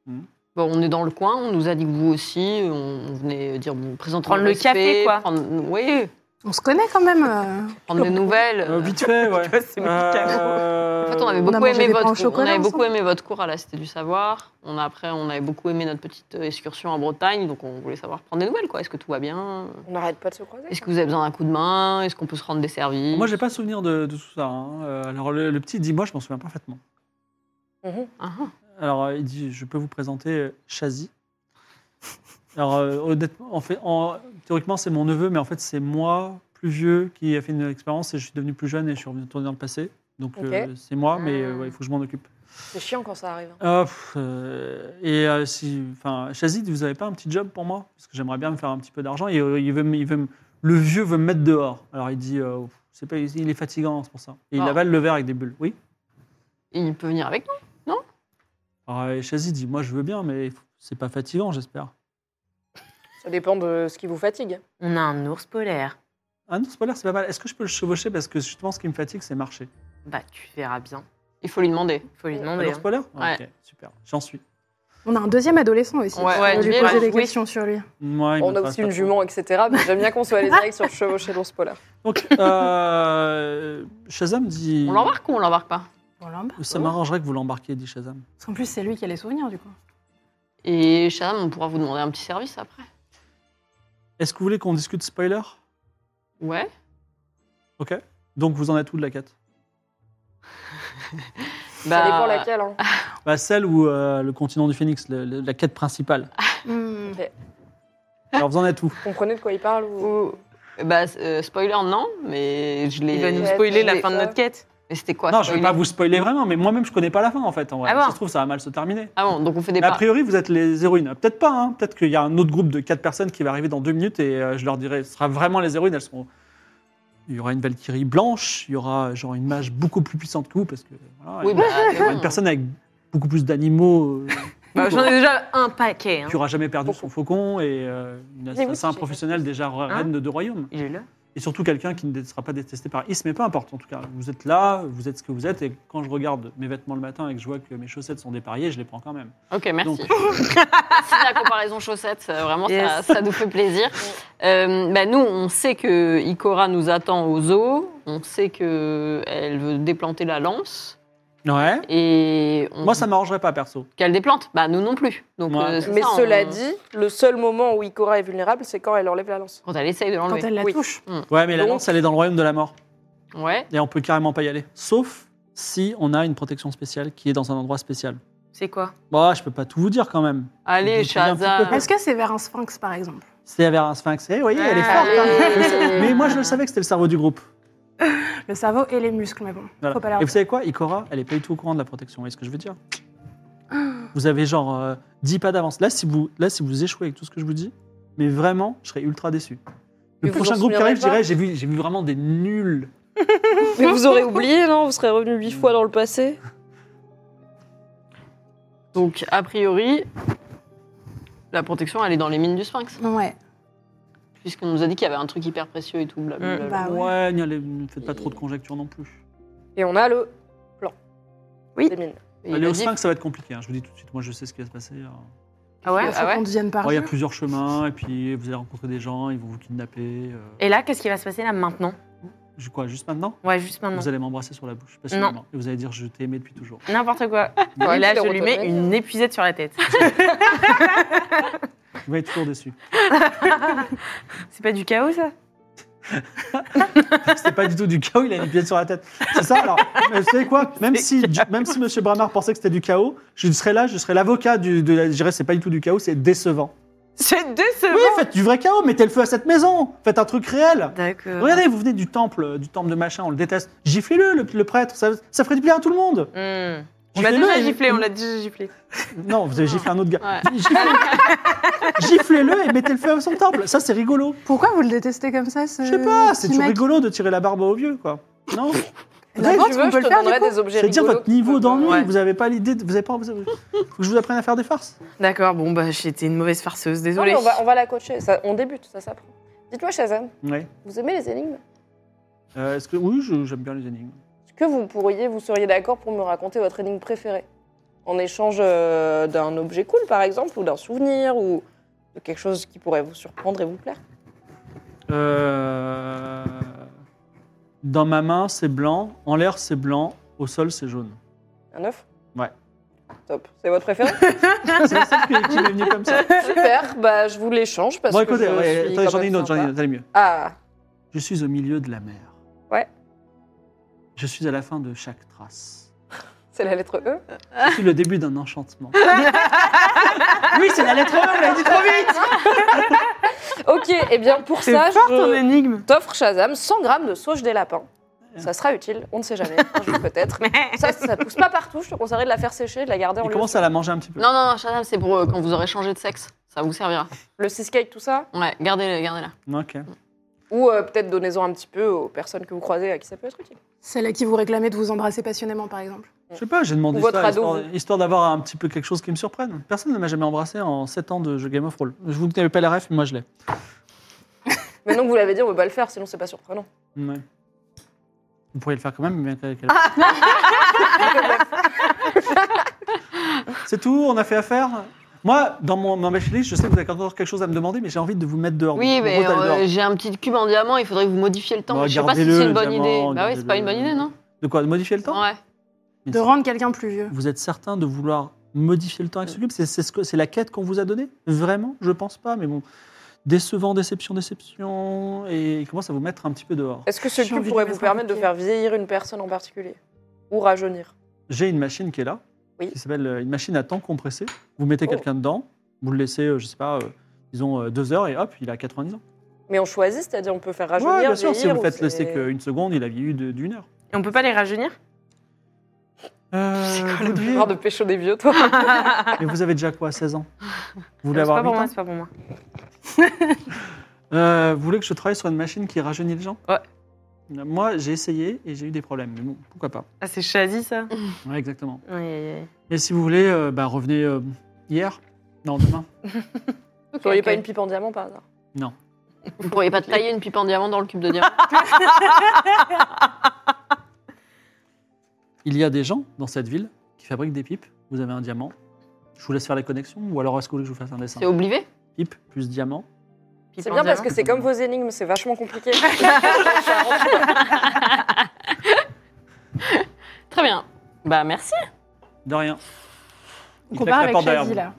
Speaker 4: Bon, on est dans le coin, on nous a dit que vous aussi, on on venait dire, vous présenter
Speaker 5: Prendre
Speaker 4: nos
Speaker 5: le café,
Speaker 4: respects,
Speaker 5: quoi.
Speaker 4: prendre- oui,
Speaker 6: On se connaît quand même. euh.
Speaker 4: prendre des nouvelles.
Speaker 1: Euh, vite fait, ouais.
Speaker 5: C'est médical.
Speaker 1: Euh,
Speaker 4: En fait, on avait
Speaker 6: On a
Speaker 4: beaucoup,
Speaker 6: mangé
Speaker 4: aimé
Speaker 6: des pains
Speaker 4: votre,
Speaker 6: au
Speaker 4: cours- on
Speaker 6: chocolat
Speaker 4: avait beaucoup
Speaker 6: ensemble.
Speaker 4: aimé votre cours à la Cité du Savoir. On a, après, on avait beaucoup aimé notre petite euh, excursion en Bretagne, donc on voulait savoir prendre des nouvelles. quoi. Est-ce que tout va bien
Speaker 3: On n'arrête pas de se croiser.
Speaker 4: Est-ce que vous avez besoin d'un coup de main Est-ce qu'on peut se rendre des services
Speaker 1: Moi, j'ai pas souvenir de, de tout ça. hein. Euh, Alors, le, le petit dit moi, je m'en souviens parfaitement.
Speaker 3: Mhm.
Speaker 4: Ah, ah.
Speaker 1: Alors, euh, il dit je peux vous présenter euh, Shazi. Alors, euh, honnêtement, en fait, en- théoriquement, c'est mon neveu, mais en fait, c'est moi, plus vieux, qui a fait une expérience et je suis devenu plus jeune et je suis retourné dans le passé. Donc,
Speaker 3: Ok.
Speaker 1: euh, c'est moi, mais euh,
Speaker 4: Ah.
Speaker 1: ouais, il faut que je m'en occupe.
Speaker 3: C'est chiant quand ça arrive.
Speaker 1: Ah,
Speaker 3: hein.
Speaker 1: pff, euh, et euh, si, enfin, Shazid, vous avez pas un petit job pour moi Parce que j'aimerais bien me faire un petit peu d'argent. Et euh, il veut, me- il veut me- le vieux veut me mettre dehors. Alors il dit, euh, c'est pas, il est fatigant, c'est pour ça. Et il
Speaker 4: Ah.
Speaker 1: avale le verre avec des bulles. Oui.
Speaker 4: Il peut venir avec nous
Speaker 1: Alors euh, Shazid dit, moi je veux bien, mais c'est pas fatigant, j'espère.
Speaker 3: Ça dépend de ce qui vous fatigue.
Speaker 5: On a un ours polaire.
Speaker 1: Ah non, spoiler, c'est pas mal. Est-ce que je peux le chevaucher Parce que justement, ce qui me fatigue, c'est marcher.
Speaker 5: Bah, tu verras bien.
Speaker 4: Il faut lui demander.
Speaker 5: Faut lui
Speaker 1: Alors,
Speaker 5: demander. hein.
Speaker 1: spoiler
Speaker 4: Ah, Ouais.
Speaker 1: Ok, super. J'en suis.
Speaker 6: On a un deuxième adolescent aussi.
Speaker 4: Ouais,
Speaker 6: on
Speaker 4: ouais,
Speaker 6: va lui
Speaker 4: tu
Speaker 6: poser
Speaker 4: verras.
Speaker 6: des
Speaker 4: Oui.
Speaker 6: questions sur lui.
Speaker 1: Moi, il
Speaker 3: On a
Speaker 1: m'intéresse
Speaker 3: aussi
Speaker 1: pas
Speaker 3: une
Speaker 1: trop.
Speaker 3: jument, etc. Mais j'aime bien qu'on soit les directs sur chevaucher l'ours polaire.
Speaker 1: Donc, euh, Shazam dit.
Speaker 4: On l'embarque ou on l'embarque pas
Speaker 6: On l'embarque.
Speaker 1: Ça m'arrangerait que vous l'embarquiez, dit Shazam.
Speaker 6: Parce qu'en plus, c'est lui qui a les souvenirs du coup.
Speaker 4: Et Shazam, on pourra vous demander un petit service après.
Speaker 1: Est-ce que vous voulez qu'on discute spoiler
Speaker 4: Ouais.
Speaker 1: Ok. Donc vous en êtes où de la quête
Speaker 3: Ça
Speaker 4: Bah,
Speaker 3: dépend laquelle. hein.
Speaker 1: bah, Celle où euh, le continent du phénix, le- le- la quête principale.
Speaker 6: Hmm.
Speaker 1: Alors vous en êtes où
Speaker 3: Vous comprenez de quoi il parle ou...
Speaker 4: ou- Bah, euh, spoiler, non, mais je l'ai.
Speaker 5: Il va nous
Speaker 3: Ouais,
Speaker 5: spoiler la
Speaker 3: j'ai
Speaker 5: fin de
Speaker 3: peur.
Speaker 5: notre quête.
Speaker 4: Mais c'était quoi
Speaker 1: Non, je ne vais
Speaker 4: spoiler
Speaker 1: pas vous spoiler vraiment, mais moi-même je connais pas la fin en fait. En vrai.
Speaker 5: Ah bon
Speaker 1: Si ça se trouve, ça va mal se terminer.
Speaker 4: Ah bon, donc on fait des
Speaker 1: Mais a
Speaker 4: pas.
Speaker 1: priori, vous êtes les héroïnes. Ah, Peut-être pas, hein. peut-être qu'il y a un autre groupe de quatre personnes qui va arriver dans deux minutes et euh, je leur dirai, ce sera vraiment les héroïnes. Elles seront... Il y aura une Valkyrie blanche, il y aura euh, genre une mage beaucoup plus puissante que vous parce que voilà,
Speaker 4: Oui,
Speaker 1: il
Speaker 4: bah,
Speaker 1: y aura une personne avec beaucoup plus d'animaux. euh,
Speaker 5: Bah, J'en ai déjà un paquet. hein.
Speaker 1: qui aura jamais perdu son faucon et euh, une
Speaker 3: Mais oui,
Speaker 1: assassin
Speaker 3: j'ai-
Speaker 1: professionnel déjà reine de deux royaumes.
Speaker 5: Il est là.
Speaker 1: Et surtout quelqu'un qui ne sera pas détesté par Is, mais peu importe. En tout cas, vous êtes là, vous êtes ce que vous êtes. Et quand je regarde mes vêtements le matin et que je vois que mes chaussettes sont dépareillées, je les prends quand même.
Speaker 4: Ok, merci.
Speaker 1: Donc-
Speaker 4: merci de la comparaison chaussettes, euh, vraiment, ça,
Speaker 5: Yes.
Speaker 4: ça nous fait plaisir. Euh, bah, nous, on sait que Ikora nous attend aux eaux, on sait qu'elle veut déplanter la lance,
Speaker 1: Ouais.
Speaker 4: et on...
Speaker 6: Mhm.
Speaker 1: Moi, ça m'arrangerait pas perso.
Speaker 4: qu'elle déplante. Bah, nous non plus. Donc, euh,
Speaker 1: Ouais.
Speaker 4: c'est
Speaker 3: Mais
Speaker 4: ça, hein. on-
Speaker 3: cela dit, le seul moment où Ikora est vulnérable, c'est quand elle enlève la lance.
Speaker 4: Quand elle essaye de
Speaker 6: Quand
Speaker 4: l'enlever.
Speaker 6: elle la
Speaker 3: oui.
Speaker 6: touche.
Speaker 1: Ouais, mais la
Speaker 3: Donc-
Speaker 1: lance, elle est dans le royaume de la mort
Speaker 4: Ouais.
Speaker 1: et on peut carrément pas y aller, sauf si on a une protection spéciale qui est dans un endroit spécial.
Speaker 5: C'est quoi
Speaker 1: Bon, je peux pas tout vous dire quand même.
Speaker 4: Allez,
Speaker 1: Vous savez un petit
Speaker 4: Shazam.
Speaker 1: peu.
Speaker 6: Est-ce que c'est vers un sphinx par exemple
Speaker 1: C'est vers un sphinx. Eh, vous voyez, elle est forte.
Speaker 6: Ah,
Speaker 1: hein.
Speaker 4: Allez.
Speaker 1: mais moi, je le savais que c'était le cerveau du groupe.
Speaker 6: Le cerveau et les muscles, mais bon.
Speaker 1: Voilà.
Speaker 6: Faut pas leur
Speaker 1: Et vous savez quoi, Ikora, elle est pas du tout au courant de la protection. Vous voyez ce que je veux dire Vous avez genre euh, 10 pas d'avance. Là si, vous, là, si vous échouez avec tout ce que je vous dis, mais vraiment, je serais ultra déçu. Le
Speaker 3: Mais vous
Speaker 1: prochain
Speaker 3: en
Speaker 1: groupe qui arrive, je
Speaker 3: souviendrez
Speaker 1: dirais, j'ai vu, j'ai vu vraiment des nuls.
Speaker 3: Mais vous aurez oublié, non Vous serez revenu huit fois dans le passé
Speaker 4: Donc, a priori, la protection, elle est dans les mines du Sphinx.
Speaker 6: Ouais.
Speaker 4: Puisqu'on nous a dit qu'il y avait un truc hyper précieux et tout, blablabla.
Speaker 6: Mm. Bah Ah ouais.
Speaker 1: ouais, n'y allez- ne faites pas trop de conjectures non plus.
Speaker 3: Et on a le plan.
Speaker 5: Oui.
Speaker 3: Des mines.
Speaker 4: Et il
Speaker 1: Aller
Speaker 4: a
Speaker 1: au
Speaker 4: dit-
Speaker 1: sphinx, ça va être compliqué. hein, Je vous dis tout de suite, moi, je sais ce qui va se passer. hein.
Speaker 5: Ah ouais
Speaker 6: Il faut
Speaker 4: Ah ouais
Speaker 6: qu'on devienne par
Speaker 1: Oh, Il y a
Speaker 6: jour.
Speaker 1: plusieurs chemins, et puis vous allez rencontrer des gens, ils vont vous kidnapper. euh,
Speaker 5: Et là, qu'est-ce qui va se passer là maintenant
Speaker 1: je- Quoi, juste maintenant
Speaker 5: Ouais, juste maintenant.
Speaker 1: Vous allez m'embrasser sur la bouche, passionnément. Et vous allez dire, je t'ai aimé depuis toujours.
Speaker 5: N'importe quoi.
Speaker 7: Ah,
Speaker 3: Ouais,
Speaker 5: Et là,
Speaker 3: tu Ah, les
Speaker 5: je lui mets
Speaker 3: retournes.
Speaker 5: une épuisette sur la tête.
Speaker 1: Il va être toujours déçu.
Speaker 7: C'est pas du chaos, ça
Speaker 1: C'était pas du tout du chaos, il a les pieds sur la tête. C'est ça, alors, mais vous savez quoi même si, même si M. Bramar pensait que c'était du chaos, je serais là, je serais l'avocat du- de la. Je dirais, c'est pas du tout du chaos, c'est décevant.
Speaker 7: C'est décevant
Speaker 1: Oui, faites du vrai chaos, mettez le feu à cette maison, faites un truc réel.
Speaker 7: D'accord.
Speaker 1: Regardez, vous venez du temple, euh, du temple de machin, on le déteste. Giflez-le, le, le prêtre, ça, ça ferait du bien à tout le monde.
Speaker 7: Hmm. On l'a
Speaker 1: Giflez-le
Speaker 7: déjà
Speaker 1: et-
Speaker 7: giflé, on l'a déjà giflé.
Speaker 1: Non, vous avez giflé un autre gars. Giflez- Giflez-le et mettez le feu à son temple, ça c'est rigolo.
Speaker 6: Pourquoi vous le détestez comme ça ce
Speaker 1: Je sais pas, c'est
Speaker 6: petit
Speaker 1: toujours
Speaker 6: mec
Speaker 1: rigolo de tirer la barbe aux vieux, quoi. Non,
Speaker 6: La
Speaker 3: Si
Speaker 6: vente,
Speaker 3: tu
Speaker 6: on
Speaker 3: veux, je
Speaker 6: peut
Speaker 3: te
Speaker 6: le faire du
Speaker 3: donnerai
Speaker 6: coup
Speaker 3: des objets
Speaker 1: c'est dire
Speaker 3: rigolos
Speaker 1: votre niveau
Speaker 3: que-
Speaker 1: d'ennui.
Speaker 7: Ouais.
Speaker 1: Vous n'avez pas l'idée, de... vous avez pas. vous avez- Faut que je vous apprenne à faire des farces.
Speaker 7: D'accord, bon, bah, j'étais une mauvaise farceuse,
Speaker 3: Non,
Speaker 7: désolée.
Speaker 3: mais on va, on va la coacher, ça- on débute, ça s'apprend. Dites-moi, Shazam,
Speaker 1: Ouais.
Speaker 3: vous aimez les énigmes
Speaker 1: Euh, Est-ce que oui, je- j'aime bien les énigmes.
Speaker 3: Est-ce que vous pourriez, vous seriez d'accord pour me raconter votre énigme préférée En échange euh, d'un objet cool, par exemple, ou d'un souvenir, ou de quelque chose qui pourrait vous surprendre et vous plaire
Speaker 1: Euh, Dans ma main, c'est blanc. En l'air, c'est blanc. Au sol, c'est jaune.
Speaker 3: Un œuf
Speaker 1: Ouais.
Speaker 3: Top. C'est votre préféré
Speaker 1: C'est la seule qui, qui m'est venue comme ça.
Speaker 3: Super, bah je vous l'échange parce
Speaker 1: Bon,
Speaker 3: que
Speaker 1: écoutez,
Speaker 3: je
Speaker 1: ouais,
Speaker 3: suis
Speaker 1: attendez,
Speaker 3: quand
Speaker 1: j'en ai
Speaker 3: même
Speaker 1: une autre, j'en ai une
Speaker 3: sympa.
Speaker 1: autre, allez mieux.
Speaker 3: Ah,
Speaker 1: Je suis au milieu de la mer.
Speaker 3: Ouais.
Speaker 1: Je suis à la fin de chaque trace.
Speaker 3: c'est la lettre E
Speaker 1: Je suis le début d'un enchantement. oui, c'est la lettre E, on l'a dit trop vite
Speaker 3: Ok, et bien pour
Speaker 7: C'est
Speaker 3: ça,
Speaker 7: fort ton
Speaker 3: je
Speaker 7: énigme
Speaker 3: t'offre Shazam 100 grammes de sauge des lapins. Ça sera utile, on ne sait jamais, un jour peut-être. Ça, ça pousse pas partout, je te conseillerais de la faire sécher, de la garder en
Speaker 1: Il
Speaker 3: lieu.
Speaker 1: commence à la manger un petit peu.
Speaker 4: Non, non, non, Chanel, c'est pour euh, quand vous aurez changé de sexe. Ça vous servira.
Speaker 3: Le seascape, tout ça
Speaker 4: Ouais, gardez-la, gardez-la.
Speaker 1: Ok.
Speaker 3: Ou euh, peut-être donnez-en un petit peu aux personnes que vous croisez à qui ça peut être utile.
Speaker 6: Celle à qui vous réclamez de vous embrasser passionnément, par exemple.
Speaker 1: Je sais pas, j'ai demandé
Speaker 3: Ou votre
Speaker 1: ça
Speaker 3: ado,
Speaker 1: histoire,
Speaker 3: vous.
Speaker 1: histoire d'avoir un petit peu quelque chose qui me surprenne. Personne ne m'a jamais embrassé en 7 ans de jeu Game of Roll. Je vous n'avez pas la ref, mais moi je l'ai.
Speaker 3: Maintenant que vous l'avez dit, on peut pas le faire, sinon c'est pas surprenant.
Speaker 1: Ouais. Vous pourriez le faire quand même, mais avec elle. C'est tout, on a fait affaire. Moi, dans mon, ma machine, je sais que vous avez encore quelque chose à me demander, mais j'ai envie de vous mettre dehors.
Speaker 4: Oui,
Speaker 1: Vous
Speaker 4: mais
Speaker 1: retirez
Speaker 4: euh,
Speaker 1: dehors.
Speaker 4: j'ai un petit cube en diamant, il faudrait que vous modifiez le temps.
Speaker 1: Bah,
Speaker 4: je sais pas si
Speaker 1: gardez-le,
Speaker 4: c'est une bonne
Speaker 1: le diamant,
Speaker 4: idée. Bah oui, c'est pas une bonne
Speaker 1: gardez-le.
Speaker 4: idée, non
Speaker 1: De quoi De modifier le temps
Speaker 4: Ouais.
Speaker 1: Mais
Speaker 6: De
Speaker 1: c'est-
Speaker 6: rendre quelqu'un plus vieux.
Speaker 1: Vous êtes certain de vouloir modifier le temps avec ce cube C'est c'est ce que- c'est la quête qu'on vous a donnée Vraiment Je pense pas, mais bon. Décevant, déception, déception. Et il commence à vous mettre un petit peu dehors.
Speaker 3: Est-ce que ce
Speaker 6: J'ai envie
Speaker 3: cube
Speaker 6: de
Speaker 3: pourrait
Speaker 6: me
Speaker 3: vous
Speaker 6: mettre
Speaker 3: permettre
Speaker 6: un
Speaker 3: de
Speaker 6: pied.
Speaker 3: faire vieillir une personne en particulier Ou rajeunir
Speaker 1: J'ai une machine qui est là,
Speaker 3: Oui.
Speaker 1: qui s'appelle euh, une machine à temps compressé. Vous mettez
Speaker 3: Oh.
Speaker 1: quelqu'un dedans, vous le laissez, euh, je sais pas, euh, disons euh, deux heures et hop, il a 90 ans.
Speaker 3: Mais on choisit, c'est-à-dire on peut faire
Speaker 1: Oui,
Speaker 3: rajeunir,
Speaker 1: bien sûr, si
Speaker 3: vieillir,
Speaker 1: vous
Speaker 3: ou
Speaker 1: faites laisser
Speaker 3: c'est-
Speaker 1: qu'une seconde, il a vieilli de- d'une heure.
Speaker 7: Et on peut pas les rajeunir
Speaker 1: Euh, vous
Speaker 3: Tu
Speaker 1: deviez-
Speaker 3: pars de pécho des vieux, toi.
Speaker 1: Mais vous avez déjà quoi, 16 ans Vous voulez
Speaker 7: C'est
Speaker 1: avoir hein
Speaker 7: pas
Speaker 1: 8
Speaker 7: pour
Speaker 1: ans
Speaker 7: moi, c'est pas pour moi.
Speaker 1: Euh, Vous voulez que je travaille sur une machine qui rajeunit les gens
Speaker 7: Ouais.
Speaker 1: Moi, j'ai essayé et j'ai eu des problèmes, mais bon, pourquoi pas.
Speaker 7: Ah, c'est Chazi, ça
Speaker 1: Ouais, exactement.
Speaker 7: Aïe, aïe, aïe.
Speaker 1: Et si vous voulez, euh, bah, revenez euh, hier Non, demain.
Speaker 3: Vous n'auriez
Speaker 7: ok.
Speaker 3: pas une pipe en diamant par hasard
Speaker 4: Vous pourriez pas tailler une pipe en diamant dans le cube de diamant
Speaker 1: Il y a des gens dans cette ville qui fabriquent des pipes. Vous avez un diamant. Je vous laisse faire les connexions, ou alors est-ce que vous voulez que je vous fasse un dessin
Speaker 4: C'est obligé
Speaker 1: Pipe plus diamant.
Speaker 7: Pipe
Speaker 3: C'est
Speaker 7: en
Speaker 3: bien parce
Speaker 7: diamant.
Speaker 3: que c'est comme vos énigmes, c'est vachement compliqué.
Speaker 4: Très bien. Bah merci.
Speaker 1: De rien. Il
Speaker 6: Donc on
Speaker 1: claque
Speaker 6: part
Speaker 1: la
Speaker 6: avec
Speaker 1: porte derrière
Speaker 6: Shazzy,
Speaker 1: vous.
Speaker 6: là.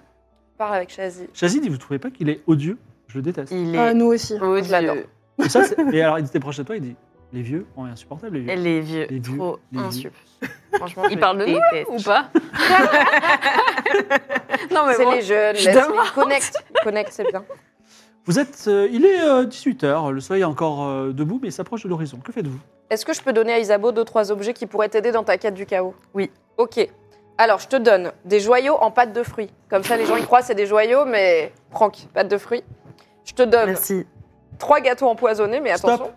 Speaker 3: Parle avec Chazy.
Speaker 1: Chazid, vous trouvez pas qu'il est odieux Je le déteste.
Speaker 7: Il
Speaker 6: Euh,
Speaker 7: est
Speaker 6: nous aussi.
Speaker 7: odieux.
Speaker 3: Je l'adore.
Speaker 1: Et, ça, c'est- et alors, il était proche de toi, il dit Les vieux, on est insupportable, les vieux.
Speaker 7: Et les vieux,
Speaker 1: Les vieux,
Speaker 7: trop
Speaker 1: les vieux.
Speaker 7: insup. Franchement,
Speaker 4: Il parle de nous, Ou pas Non mais
Speaker 3: C'est
Speaker 4: bon.
Speaker 3: les jeunes,
Speaker 4: je
Speaker 3: laisse-les, connecte. Connecte, c'est bien.
Speaker 1: Vous êtes. euh, il est 18h, le soleil est encore euh, debout, mais il s'approche de l'horizon. Que faites-vous
Speaker 3: Est-ce que je peux donner à Isabeau deux, trois objets qui pourraient t'aider dans ta quête du chaos
Speaker 7: Oui.
Speaker 3: Ok. Alors, je te donne des joyaux en pâte de fruits. Comme ça, les gens, ils croient que c'est des joyaux, mais... Franck, pâte de fruits. Je te donne
Speaker 7: Merci.
Speaker 3: trois gâteaux empoisonnés, mais
Speaker 1: Stop.
Speaker 3: attention.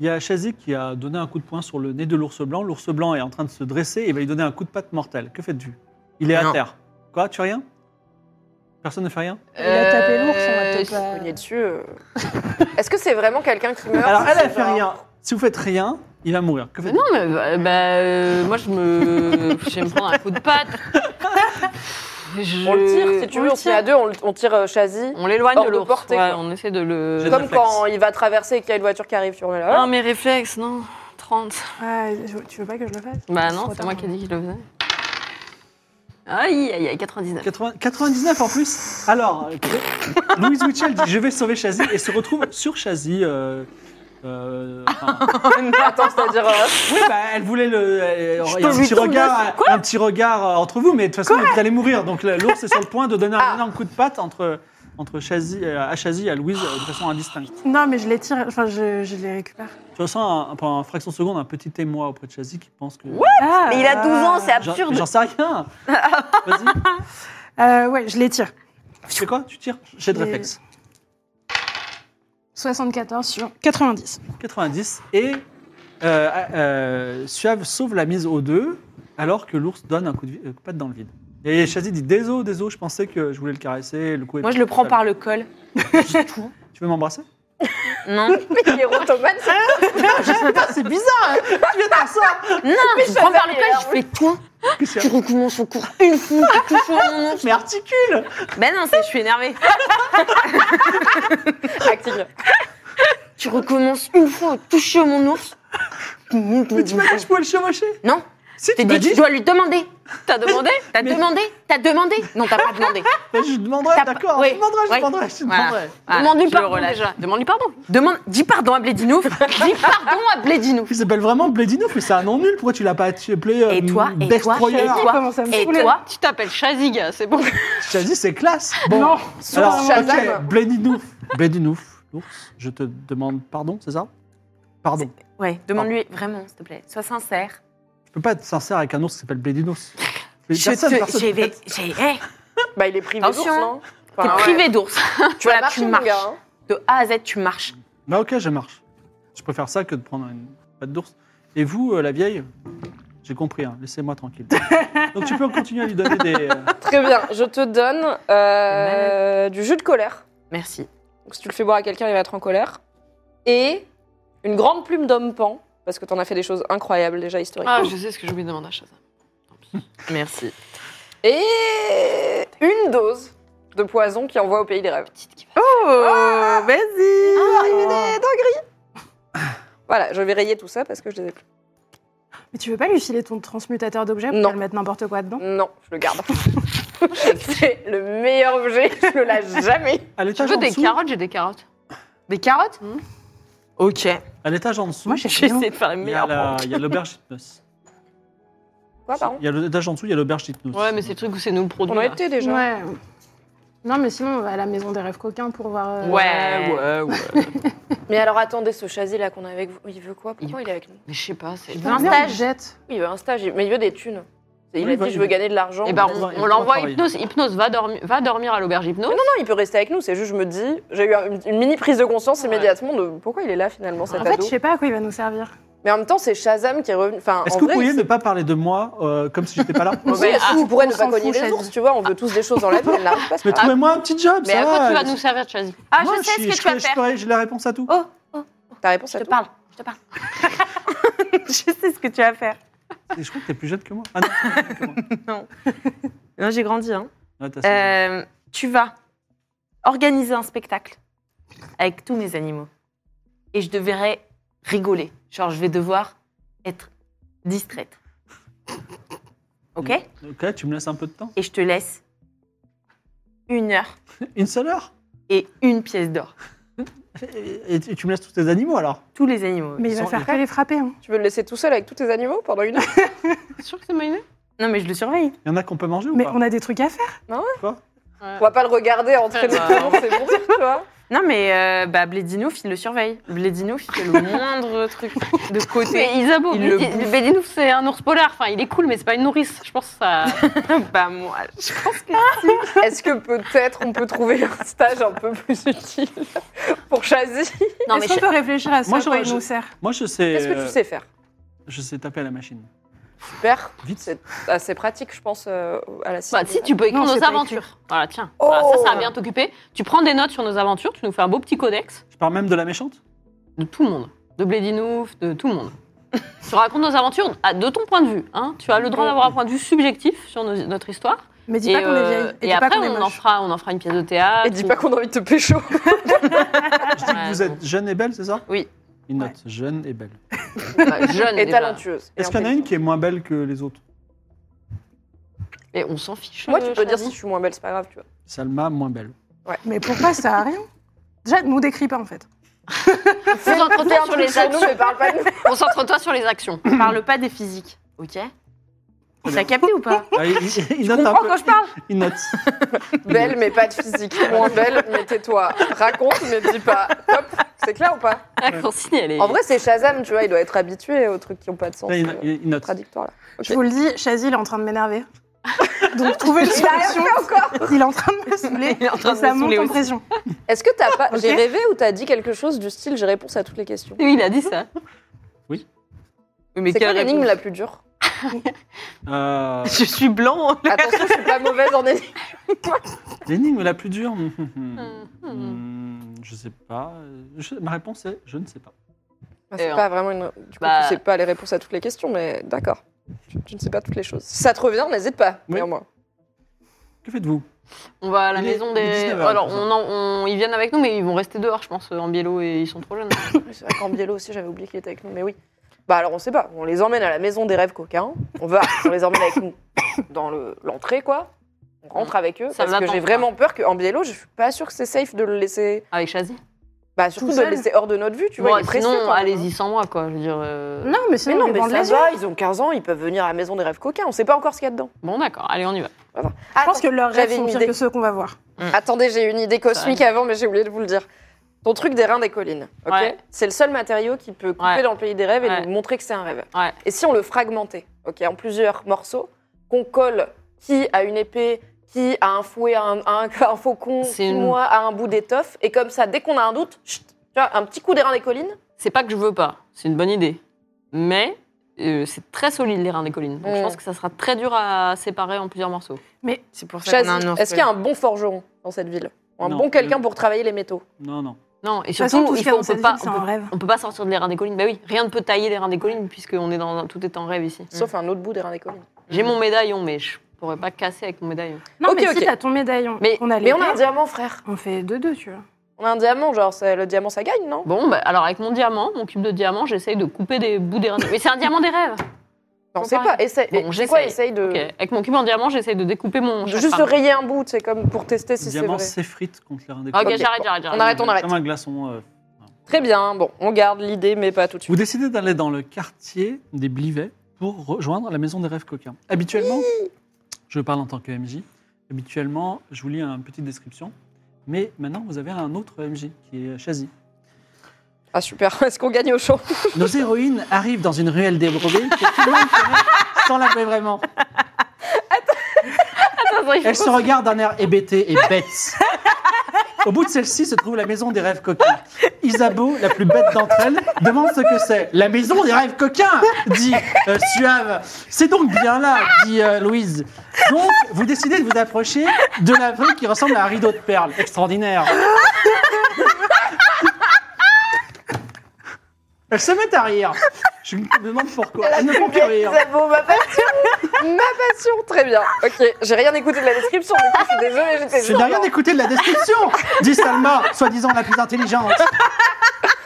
Speaker 1: Il y a Chazy qui a donné un coup de poing sur le nez de l'ours blanc. L'ours blanc est en train de se dresser et va lui donner un coup de patte mortel. Que faites-vous Il est à
Speaker 7: Non.
Speaker 1: terre. Quoi Tu fais rien Personne ne fait rien
Speaker 6: Il
Speaker 4: Euh,
Speaker 6: a tapé l'ours, on va peut-être
Speaker 3: Vous
Speaker 6: pas-
Speaker 3: cognez dessus. euh. Est-ce que c'est vraiment quelqu'un qui meurt
Speaker 1: Alors, elle,
Speaker 3: C'est
Speaker 1: elle fait
Speaker 3: genre-
Speaker 1: rien. Si vous faites rien, il va mourir. Que faites-vous
Speaker 4: Non mais bah, bah, euh, moi je me je vais me prendre un coup de patte. Je-
Speaker 3: On le tire, si tu
Speaker 4: on
Speaker 3: veux,
Speaker 4: le
Speaker 3: on se met à deux, on, le- on tire euh, Chazy.
Speaker 4: On l'éloigne
Speaker 3: Hors
Speaker 4: de
Speaker 3: de
Speaker 4: l'ours.
Speaker 3: portée,
Speaker 4: ouais,
Speaker 3: quoi.
Speaker 4: on essaie de le
Speaker 1: J'ai
Speaker 3: Comme
Speaker 1: réflexe.
Speaker 3: quand il va traverser et qu'il y a une voiture qui arrive, tu remets là.
Speaker 4: Ah, mes réflexes, non. 30.
Speaker 6: Ah, tu veux pas que je le fasse
Speaker 4: Bah
Speaker 6: Trop
Speaker 4: non, c'est
Speaker 6: tard,
Speaker 4: moi qui ai
Speaker 6: hein.
Speaker 4: dit qu'il le faisait. Aïe, aïe, aïe, 99.
Speaker 1: 80 99 en plus Alors, euh, Louise Mitchell dit Je vais sauver Chazy et se retrouve sur Chazy. euh, euh, enfin,
Speaker 3: Attends, c'est-à-dire. euh,
Speaker 1: oui, bah, elle voulait le. euh, il y a
Speaker 4: peux
Speaker 1: un,
Speaker 4: lui
Speaker 1: petit
Speaker 4: tomber
Speaker 1: regard,
Speaker 4: dessus. Quoi
Speaker 1: un petit regard euh, entre vous, mais de toute façon, vous allez mourir. Donc la- l'ours est sur le point de donner un
Speaker 4: Ah.
Speaker 1: énorme coup de patte entre, entre Chazy, euh, à Chazy et à Louise euh, de façon indistincte.
Speaker 6: Non, mais je les tire, enfin, je, je les récupère.
Speaker 1: Tu ressens un, pendant une fraction de seconde un petit émoi auprès de Chazy qui pense que.
Speaker 6: Ah,
Speaker 4: Mais il a 12 ans, c'est
Speaker 1: J'en-
Speaker 4: absurde.
Speaker 1: J'en sais rien Vas-y,
Speaker 6: Euh, ouais, je les tire.
Speaker 1: tu fais quoi Tu tires J'ai de
Speaker 6: Mais-
Speaker 1: réflexe.
Speaker 6: 74 sur 90.
Speaker 1: 90 et euh, euh, Suave sauve la mise aux deux alors que l'ours donne un coup de vi- euh, patte dans le vide. Et Chazy dit désolé, désolé, je pensais que je voulais le caresser, le coup. est
Speaker 7: Moi,
Speaker 1: parti
Speaker 7: je le
Speaker 1: tout
Speaker 7: prends
Speaker 1: seul.
Speaker 7: par le col.
Speaker 1: Tu veux m'embrasser
Speaker 7: Non.
Speaker 3: Il est rotomane, c'est
Speaker 1: C'est bizarre. Hein tu viens de faire ça.
Speaker 3: plus
Speaker 7: Je prends par le
Speaker 3: chevalier,
Speaker 7: col, je fais tout.
Speaker 1: Qu'est-ce
Speaker 7: Tu
Speaker 1: qu'il y
Speaker 7: recommences au cours une fois, tu touches mon nom.
Speaker 1: a Mais articule.
Speaker 7: Ben non, c'est je suis énervée.
Speaker 3: hein. Active.
Speaker 7: Tu recommences une fois à toucher mon ours.
Speaker 1: Mais tu m'as dit que je pouvais le chevaucher.
Speaker 7: Non.
Speaker 1: Si tu
Speaker 7: Je t'ai
Speaker 1: m'as
Speaker 7: dit que
Speaker 1: dit.
Speaker 7: tu dois lui demander.
Speaker 4: T'as demandé
Speaker 7: T'as
Speaker 1: Mais-
Speaker 7: demandé T'as demandé Non, t'as pas demandé.
Speaker 1: mais Je demanderai.
Speaker 7: T'as pas-
Speaker 1: D'accord.
Speaker 7: oui,
Speaker 1: Je demanderai. Je
Speaker 7: oui.
Speaker 1: demanderai. Je
Speaker 7: Voilà.
Speaker 1: demanderai.
Speaker 7: Voilà, je
Speaker 4: Demande-lui
Speaker 7: le
Speaker 4: pardon
Speaker 7: relâche.
Speaker 4: déjà. Demande-lui pardon.
Speaker 7: Demande, dis pardon à Blédinouf. dis pardon à Blédinouf.
Speaker 1: Il s'appelle vraiment Bledinoff, mais c'est un nom nul. Pourquoi tu l'as pas appelé euh,
Speaker 7: Et toi, et toi,
Speaker 1: Destroyer
Speaker 7: et toi,
Speaker 6: Comment ça me
Speaker 7: et
Speaker 6: saoulait.
Speaker 7: toi,
Speaker 4: Tu t'appelles Chaziga, c'est bon.
Speaker 1: Chazy, c'est classe. Bon.
Speaker 6: Non,
Speaker 1: Alors,
Speaker 3: Shazam.
Speaker 1: ok, Bledinouf. Bledinouf, l'ours, je te demande pardon, c'est ça Pardon.
Speaker 7: Ouais, demande-lui vraiment, s'il te plaît. Sois sincère.
Speaker 1: Je peux pas être sincère avec un ours qui s'appelle Bledinouf. Mais
Speaker 7: Je
Speaker 1: personne,
Speaker 7: te.
Speaker 1: personne.
Speaker 7: J'ai. j'ai- hey,
Speaker 3: Bah, il est privé d'ours,
Speaker 7: Attention.
Speaker 3: non
Speaker 7: T'es
Speaker 3: Enfin, ouais.
Speaker 7: privé d'ours.
Speaker 3: Tu vas
Speaker 7: Voilà,
Speaker 3: marcher,
Speaker 7: tu
Speaker 3: mon
Speaker 7: marches.
Speaker 3: gars. hein.
Speaker 7: De A à Z, tu marches.
Speaker 1: Bah, ok, je marche. Je préfère ça que de prendre une patte d'ours. Et vous, euh, la vieille J'ai compris, hein, laissez-moi tranquille. Donc tu peux continuer à lui donner des. euh,
Speaker 3: Très bien, je te donne euh, du jus de colère.
Speaker 7: Merci.
Speaker 3: Donc, si tu le fais boire à quelqu'un, il va être en colère. Et une grande plume d'homme pan, parce que t'en as fait des choses incroyables déjà historiques.
Speaker 4: Ah, je sais ce que je lui demande à Chaziga.
Speaker 7: Merci.
Speaker 3: Et une dose de poison qui envoie au pays des rêves.
Speaker 7: Oh, vas-y.
Speaker 3: Arrivée des dingueries Voilà, je vais rayer tout ça parce que je les ai plus.
Speaker 6: Mais tu veux pas lui filer ton transmutateur d'objets pour
Speaker 3: Non.
Speaker 6: qu'elle mette n'importe quoi dedans
Speaker 3: Non, je le garde. C'est le meilleur objet, je le lâche jamais.
Speaker 1: À
Speaker 4: Tu
Speaker 1: l'étage
Speaker 4: veux
Speaker 1: en
Speaker 4: des
Speaker 1: dessous.
Speaker 4: carottes J'ai des carottes.
Speaker 7: Des carottes Ok.
Speaker 1: À l'étage en dessous.
Speaker 6: Moi, j'ai rien.
Speaker 7: de faire la
Speaker 1: il y a la- il y a l'auberge d'hypnose.
Speaker 3: Quoi, pardon
Speaker 1: Il y a l'étage en dessous, il y a l'auberge d'hypnose.
Speaker 4: Ouais, mais c'est le truc où c'est nous le produit.
Speaker 3: On a
Speaker 4: là.
Speaker 3: été déjà.
Speaker 6: Ouais. Non, mais sinon, on va à la maison des rêves coquins pour voir. euh,
Speaker 7: Ouais,
Speaker 4: ouais, ouais.
Speaker 3: Mais alors attendez, ce chasier là qu'on a avec vous, il veut quoi Pourquoi il est avec nous
Speaker 4: Mais je sais pas, c'est.
Speaker 6: putain,
Speaker 7: un
Speaker 6: merde,
Speaker 7: stage.
Speaker 6: jette.
Speaker 3: Oui, Il veut un stage, mais il veut des thunes. Et bah, Il
Speaker 1: Oui,
Speaker 3: a
Speaker 1: il veut-
Speaker 3: dit je veux gagner de l'argent.
Speaker 4: Eh ben,
Speaker 1: Il
Speaker 4: on,
Speaker 1: doit- il
Speaker 4: on
Speaker 1: doit
Speaker 4: l'envoie à
Speaker 1: travailler.
Speaker 4: Hypnose. Hypnose, va, dormi- va dormir à l'auberge Hypnose.
Speaker 3: non, non, il peut rester avec nous. C'est juste, je me dis, j'ai eu une, une mini prise de conscience
Speaker 4: Ouais.
Speaker 3: immédiatement de pourquoi il est là finalement cet
Speaker 6: En fait,
Speaker 3: ado.
Speaker 6: je sais pas à quoi il va nous servir.
Speaker 3: Mais en même temps, c'est Shazam qui est revenu. Enfin,
Speaker 1: Est-ce
Speaker 3: en
Speaker 1: que vous
Speaker 3: vrai,
Speaker 1: pourriez
Speaker 3: c'est-
Speaker 1: ne pas parler de moi euh, comme si j'étais pas là
Speaker 3: Oui, est-ce que vous pourrez
Speaker 6: on
Speaker 3: ne pas
Speaker 6: s'en
Speaker 3: cogner
Speaker 6: fout,
Speaker 3: les
Speaker 6: Shazam.
Speaker 3: ours, tu vois, on veut tous des choses dans la vie, on n'arrive pas à se
Speaker 1: Mais
Speaker 3: faire.
Speaker 1: trouvez-moi un petit job,
Speaker 4: Mais
Speaker 1: Eh ben, ça va.
Speaker 4: à quoi tu vas nous servir, Chaziga
Speaker 7: Ah,
Speaker 1: Moi,
Speaker 7: je sais
Speaker 1: suis-
Speaker 7: ce que
Speaker 1: je
Speaker 7: tu vas
Speaker 1: peux- je
Speaker 7: faire. Oh.
Speaker 1: peux- J'ai la réponse à tout.
Speaker 3: Ta réponse
Speaker 7: Je
Speaker 3: à
Speaker 7: te
Speaker 3: tout
Speaker 7: parle, je te parle. je sais ce que tu vas faire.
Speaker 1: Et Je crois que t'es plus jeune que moi. Ah non, t'es plus jeune que moi.
Speaker 7: Non, j'ai grandi. Hein.
Speaker 1: Ouais, t'as ça.
Speaker 7: Euh, tu vas organiser un spectacle avec tous mes animaux. Et je devrais rigoler. Genre, je vais devoir être distraite. Ok
Speaker 1: Ok, tu me laisses un peu de temps.
Speaker 7: Et je te laisse une heure
Speaker 1: Une seule heure
Speaker 7: et une pièce d'or.
Speaker 1: et, et- et tu me laisses tous tes animaux alors
Speaker 7: Tous les animaux. oui.
Speaker 6: Mais il
Speaker 1: Ils
Speaker 6: va
Speaker 1: sont-
Speaker 6: faire que les frapper. hein.
Speaker 3: Tu veux le laisser tout seul avec tous tes animaux pendant une heure
Speaker 4: T'es sûr que c'est ma idée
Speaker 7: Non, mais je le surveille.
Speaker 1: Il y en a qu'on peut manger ou
Speaker 6: Mais
Speaker 1: pas
Speaker 6: on a des trucs à faire.
Speaker 3: On va pas le regarder entrer dans
Speaker 4: Ouais.
Speaker 3: c'est bon, tu vois.
Speaker 7: Non, mais euh, bah, Blédinouf, il le surveille. Blédinouf, il fait le moindre truc de côté.
Speaker 4: Mais Isabeau,
Speaker 7: Il le
Speaker 4: mais-
Speaker 7: bouffe.
Speaker 4: mais dis-nous, c'est un ours polaire. Enfin, il est cool, mais c'est pas une nourrice. Je pense que ça.
Speaker 7: bah, moi, je pense que.
Speaker 3: Est-ce que peut-être on peut trouver un stage un peu plus utile pour Chazy
Speaker 4: Non, mais
Speaker 6: Est-ce qu'on peut réfléchir à ça
Speaker 1: Moi,
Speaker 6: à quoi
Speaker 1: je-
Speaker 6: il nous sert
Speaker 1: Moi je sais.
Speaker 3: Qu'est-ce que tu
Speaker 1: euh,
Speaker 3: sais faire
Speaker 1: Je sais taper à la machine.
Speaker 3: Super,
Speaker 1: Vite.
Speaker 3: c'est assez pratique, je pense, euh, à la
Speaker 4: Bah, si, tu peux écrire
Speaker 6: Non, c'est
Speaker 4: nos
Speaker 6: pas
Speaker 4: aventures. Voilà, tiens.
Speaker 3: Oh
Speaker 4: Voilà, ça, ça va bien t'occuper. Tu prends des notes sur nos aventures, tu nous fais un beau petit codex
Speaker 1: Je parle même de la méchante
Speaker 4: de tout le monde. De Blédinouf, de tout le monde. tu racontes nos aventures à- de ton point de vue. hein. Tu as le droit d'avoir un point de vue subjectif sur nos- notre histoire.
Speaker 6: Mais dis pas qu'on est
Speaker 4: euh,
Speaker 6: vieille.
Speaker 4: et
Speaker 6: dis pas
Speaker 4: après,
Speaker 6: qu'on est
Speaker 4: on, en
Speaker 6: moche.
Speaker 4: fera, on en fera une pièce de théâtre.
Speaker 3: Et dis pas
Speaker 4: ou-
Speaker 3: qu'on a envie de te pécho.
Speaker 1: Je dis
Speaker 4: Ouais,
Speaker 1: que vous êtes jeune et belle, c'est ça
Speaker 7: Oui.
Speaker 1: Une note, jeune et belle.
Speaker 4: bah, jeune
Speaker 3: Et
Speaker 4: déjà.
Speaker 3: talentueuse.
Speaker 1: Est-ce qu'il y en a une qui est moins belle que les autres
Speaker 4: Mais on s'en fiche.
Speaker 3: Moi, tu peux dire
Speaker 4: Shadi.
Speaker 3: si je suis moins belle, c'est pas grave, tu vois.
Speaker 1: Salma, moins belle.
Speaker 6: Mais pourquoi ça a rien Déjà, ne nous décris pas en fait.
Speaker 3: Fais
Speaker 4: Concentre-toi
Speaker 3: un
Speaker 4: sur
Speaker 3: truc
Speaker 4: les
Speaker 3: sur nous, mais
Speaker 4: actions.
Speaker 3: parle pas de nous.
Speaker 4: Concentre-toi sur les actions.
Speaker 7: On parle pas des physiques, ok T'as capté ou pas
Speaker 1: Ah, il, il- il note un
Speaker 7: Comprends
Speaker 1: peu.
Speaker 7: quand je parle
Speaker 1: Il note.
Speaker 3: Belle, mais pas de physique. Moins belle, mais tais-toi. Raconte, mais dis pas. Hop, c'est clair ou pas
Speaker 4: La consigne, elle est.
Speaker 3: En vrai, c'est Shazam, tu vois, il doit être habitué aux trucs qui n'ont pas de sens.
Speaker 1: Là, il,
Speaker 3: euh,
Speaker 1: il- il note.
Speaker 3: Contradictoire, là.
Speaker 6: Je vous le dis, Chazil est en train de m'énerver. Donc trouver une solution. Il est en train de me saouler.
Speaker 4: Il est en train de
Speaker 6: ça
Speaker 4: me
Speaker 6: monte
Speaker 4: saouler
Speaker 6: en
Speaker 4: aussi.
Speaker 6: pression.
Speaker 3: Est-ce que t'as pas.
Speaker 6: Ok.
Speaker 3: J'ai rêvé ou t'as dit quelque chose du style j'ai réponse à toutes les questions
Speaker 4: Oui, il a dit ça.
Speaker 1: Oui.
Speaker 4: Oui, Mais
Speaker 3: C'est quoi
Speaker 4: quelle
Speaker 3: l'énigme
Speaker 4: réponse
Speaker 3: la plus dure
Speaker 1: Euh,
Speaker 4: Je suis blanc.
Speaker 3: Attention, je suis pas mauvaise en énigme.
Speaker 1: L'énigme la plus dure hum, hum,
Speaker 7: Hmm.
Speaker 1: hum. Hum, Je sais pas. Je- ma réponse est je ne sais pas.
Speaker 3: Bah, c'est
Speaker 4: Euh,
Speaker 3: pas vraiment une. Du coup,
Speaker 4: bah-
Speaker 3: tu sais pas les réponses à toutes les questions, mais d'accord. Tu, tu ne sais pas toutes les choses. Si ça te revient, n'hésite pas,
Speaker 1: Oui.
Speaker 3: néanmoins.
Speaker 1: Que faites-vous
Speaker 4: On va à la
Speaker 1: Il est-
Speaker 4: maison
Speaker 1: il est
Speaker 4: des.
Speaker 1: 19 heures,
Speaker 4: Alors,
Speaker 1: tout ça.
Speaker 4: on en- on- ils viennent avec nous, mais ils vont rester dehors, je pense, euh, en biélo, et ils sont trop jeunes.
Speaker 3: C'est vrai qu'en Biello aussi, j'avais oublié qu'il était avec nous, mais oui. Bah alors, on sait pas. On les emmène à la maison des rêves coquins. On va, on les emmène avec nous dans le- l'entrée, quoi. On rentre avec eux.
Speaker 4: Ça
Speaker 3: parce que
Speaker 4: m'attend,
Speaker 3: j'ai
Speaker 4: quoi.
Speaker 3: vraiment peur qu'en Biello, je suis pas sûre que c'est safe de le laisser.
Speaker 4: Avec Chazi.
Speaker 3: Bah surtout
Speaker 6: Tout
Speaker 3: de le
Speaker 6: seul.
Speaker 3: laisser hors de notre vue, tu vois.
Speaker 4: Bon,
Speaker 3: Il est précieux,
Speaker 4: sinon,
Speaker 3: quand même.
Speaker 4: allez-y sans moi, quoi. Je veux dire. euh,
Speaker 6: Non, mais
Speaker 3: Mais
Speaker 6: sinon,
Speaker 3: non,
Speaker 6: on
Speaker 3: mais
Speaker 6: dépend de
Speaker 3: ça
Speaker 6: les yeux.
Speaker 3: va, ils ont 15 ans, ils peuvent venir à la maison des rêves coquins. On sait pas encore ce qu'il y a dedans.
Speaker 4: Bon, d'accord, allez, on y va. Ah,
Speaker 6: Je pense que leurs rêves
Speaker 3: j'avais
Speaker 6: sont
Speaker 3: une
Speaker 6: pires
Speaker 3: idée.
Speaker 6: que ceux qu'on va voir.
Speaker 3: Attendez, j'ai une idée cosmique avant, mais j'ai oublié de vous le dire. Ton truc des reins des collines, ok
Speaker 4: Ouais.
Speaker 3: C'est le seul matériau qui peut couper
Speaker 4: Ouais.
Speaker 3: dans le pays des rêves et
Speaker 4: Ouais.
Speaker 3: nous montrer que c'est un rêve.
Speaker 4: Ouais.
Speaker 3: Et si on le fragmentait, ok, en plusieurs morceaux, qu'on colle qui à une épée, qui à un fouet, à un, à un- à un faucon,
Speaker 4: C'est
Speaker 3: qui,
Speaker 4: une-
Speaker 3: moi à un bout d'étoffe, et comme ça, dès qu'on a un doute, chut, tu vois, un petit coup des reins des collines,
Speaker 4: C'est pas que je veux pas, c'est une bonne idée. Mais euh, c'est très solide, les reins des collines. Donc, je
Speaker 3: Mm.
Speaker 4: pense que ça sera très dur à séparer en plusieurs morceaux.
Speaker 7: C'est pour ça qu'on a
Speaker 3: Chazzy,
Speaker 7: un orfèvre.
Speaker 3: est-ce qu'il y a un bon forgeron dans cette ville Un
Speaker 1: Non.
Speaker 3: bon
Speaker 4: Mm.
Speaker 3: quelqu'un pour travailler les métaux
Speaker 1: Non, non.
Speaker 4: Non, et
Speaker 6: De toute façon,
Speaker 4: surtout,
Speaker 6: tout ce
Speaker 4: il
Speaker 6: qu'il y a
Speaker 4: faut-
Speaker 6: dans
Speaker 4: on
Speaker 6: cette
Speaker 4: peut
Speaker 6: ville,
Speaker 4: pas.
Speaker 6: c'est
Speaker 4: On
Speaker 6: un
Speaker 4: peut,
Speaker 6: rêve.
Speaker 4: on peut pas sortir des reins des collines. Bah oui, rien ne peut tailler les reins des collines puisqu'on est dans un- tout est en rêve ici.
Speaker 3: Sauf un autre bout des reins des collines.
Speaker 4: J'ai mon médaillon, mais je pourrais pas casser avec mon médaillon.
Speaker 6: Non,
Speaker 3: Ok,
Speaker 6: mais
Speaker 3: ok.
Speaker 6: si t'as ton médaillon,
Speaker 4: Mais-
Speaker 6: on a les
Speaker 3: Mais on a un diamant, frère
Speaker 6: on fait deux deux, tu vois.
Speaker 3: On a un diamant, genre, c'est- le diamant, ça gagne, non
Speaker 4: Bon, bah, alors avec mon diamant, mon cube de diamant, j'essaye de couper des bouts des reins. Mais c'est un diamant des rêves.
Speaker 3: Non,
Speaker 4: Faut
Speaker 3: c'est
Speaker 4: pas.
Speaker 3: pas. Essaye.
Speaker 4: Bon,
Speaker 3: c'est quoi
Speaker 4: j'essaye.
Speaker 3: Essaye de.
Speaker 4: Ok, Avec mon cube en diamant, j'essaye de découper mon.
Speaker 3: de Juste
Speaker 4: pardon.
Speaker 3: rayer un bout, c'est comme pour tester si c'est
Speaker 1: Diamant
Speaker 3: vrai.
Speaker 1: s'effrite contre les reins des
Speaker 4: Ok,
Speaker 1: collines.
Speaker 4: j'arrête, j'arrête,
Speaker 3: On
Speaker 4: j'arrête.
Speaker 3: arrête, on arrête.
Speaker 1: Comme un glaçon. euh.
Speaker 3: Très bien. Bon, on garde l'idée, mais pas tout de
Speaker 1: Vous
Speaker 3: suite.
Speaker 1: décidez d'aller dans le quartier des Blivets pour rejoindre la maison des rêves coquins. Habituellement, je parle en tant que MJ. Habituellement, je vous lis une petite description. Mais maintenant, vous avez un autre MJ qui est Chazy.
Speaker 3: Ah super. Est-ce qu'on gagne au champ
Speaker 1: Nos héroïnes arrivent dans une ruelle débridée que tout le monde connaît sans l'appeler vraiment. Elles se regardent d'un air hébété et bête. Au bout de celle-ci se trouve la maison des rêves coquins. Isabeau, la plus bête d'entre elles, demande ce que c'est. La maison des rêves coquins, dit euh, Suave. C'est donc bien là, dit euh, Louise. Donc, vous décidez de vous approcher de la rue qui ressemble à un rideau de perles. Extraordinaire. Elles se mettent à rire. Je me demande pourquoi. Elles ne font que
Speaker 6: hein.
Speaker 1: rire.
Speaker 3: Bon, ma passion. ma passion. Très bien. Ok. J'ai rien écouté de la description. Du coup, je suis désolée. J'étais
Speaker 1: Je n'ai rien écouté de la description, dit Salma, soi-disant la plus intelligente.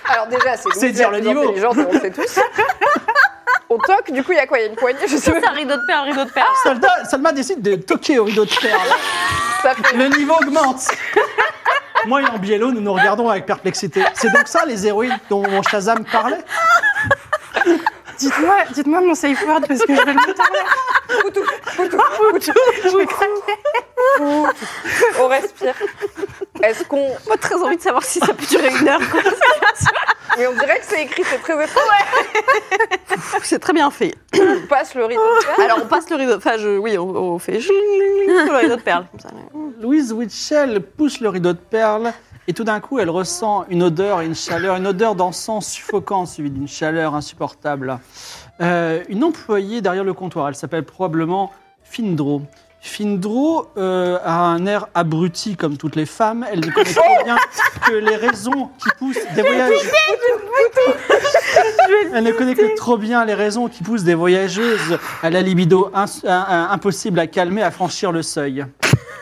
Speaker 3: Alors déjà, c'est.
Speaker 1: C'est
Speaker 3: Louise,
Speaker 1: dire
Speaker 3: la
Speaker 1: le
Speaker 3: plus
Speaker 1: niveau.
Speaker 3: Intelligente, on le sait tous. On toque. Du coup, il y a quoi Il y a une poignée. Je sais
Speaker 4: C'est
Speaker 3: pas.
Speaker 4: un rideau de perles, rideau de perles.
Speaker 1: Ah, Salma, Salma décide de toquer au rideau de perles.
Speaker 3: Ça fait.
Speaker 1: Le niveau augmente. Moi et en biello, nous nous regardons avec perplexité. C'est donc ça les héroïnes dont mon Shazam parlait
Speaker 6: Dites-moi, dites-moi mon safe word parce que je vais le mettre.
Speaker 3: Poutou, poutou, poutou, poutou. On respire. Est-ce qu'on.
Speaker 4: J'ai pas très envie de savoir si ça peut durer une heure.
Speaker 3: Mais on dirait que c'est écrit, c'est très étrange.
Speaker 4: C'est très bien fait.
Speaker 3: On passe le rideau de fer.
Speaker 4: Alors on passe le rideau. Enfin, je, oui, on, on fait sur le rideau de perles. Comme ça.
Speaker 1: Louise Witchell pousse le rideau de perles et tout d'un coup, elle ressent une odeur et une chaleur, une odeur d'encens suffocant suivie d'une chaleur insupportable. Euh, une employée derrière le comptoir, elle s'appelle probablement Findro. Findro euh, a un air abruti comme toutes les femmes. Elle ne connaît pas bien que les raisons qui poussent des voyageuses. Elle ne connaît que trop bien les raisons qui poussent des voyageuses à la libido ins- à- à- impossible à calmer, à franchir le seuil.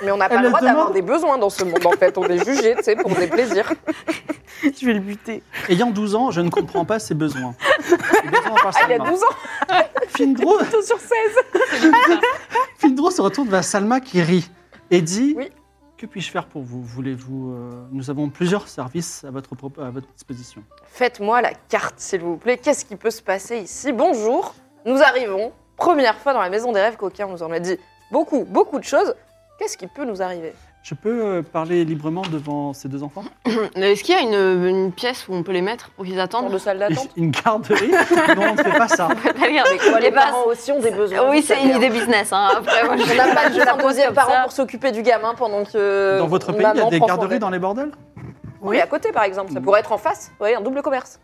Speaker 3: Mais on n'a pas
Speaker 1: Elle
Speaker 3: le
Speaker 1: le
Speaker 3: droit d'avoir
Speaker 1: demande.
Speaker 3: des besoins dans ce monde, en fait. On est jugé, tu sais, pour des plaisirs.
Speaker 4: Je vais le buter.
Speaker 1: Ayant 12 ans, je ne comprends pas ses besoins. Ses besoins par
Speaker 3: Ah, il y a
Speaker 1: Salma.
Speaker 3: 12 ans,
Speaker 1: Findro,
Speaker 3: sur 16.
Speaker 1: Lindro se retourne vers Salma qui rit et dit
Speaker 3: Oui.
Speaker 1: Que puis-je faire pour vous Voulez-vous euh, Nous avons plusieurs services à votre, pro- à votre disposition.
Speaker 3: Faites-moi la carte, s'il vous plaît. Qu'est-ce qui peut se passer ici Bonjour, nous arrivons. Première fois dans la maison des rêves coquins, on nous en a dit beaucoup, beaucoup de choses. Qu'est-ce qui peut nous arriver
Speaker 1: Je peux euh, parler librement devant ces deux enfants
Speaker 5: Est-ce qu'il y a une, une pièce où on peut les mettre pour qu'ils
Speaker 3: Tant
Speaker 5: attendent
Speaker 3: de salle d'attente
Speaker 1: Une garderie Non, on ne fait pas ça.
Speaker 3: Quoi, Les
Speaker 4: Eh ben,
Speaker 3: parents aussi ont des besoins.
Speaker 4: Oui, c'est une idée business. hein. Après, moi,
Speaker 3: On
Speaker 4: je-
Speaker 3: n'a pas
Speaker 4: je la
Speaker 3: de
Speaker 4: pose
Speaker 3: deuxième
Speaker 4: comme
Speaker 3: parent
Speaker 4: ça.
Speaker 3: pour s'occuper du gamin pendant que.
Speaker 1: Dans votre pays, il y a
Speaker 3: Euh, maman
Speaker 1: des
Speaker 3: prend son
Speaker 1: garderies
Speaker 3: rêve.
Speaker 1: dans Mmh. les bordels
Speaker 3: Oui, à côté par exemple. Ça pourrait être en face. Vous voyez, un double commerce.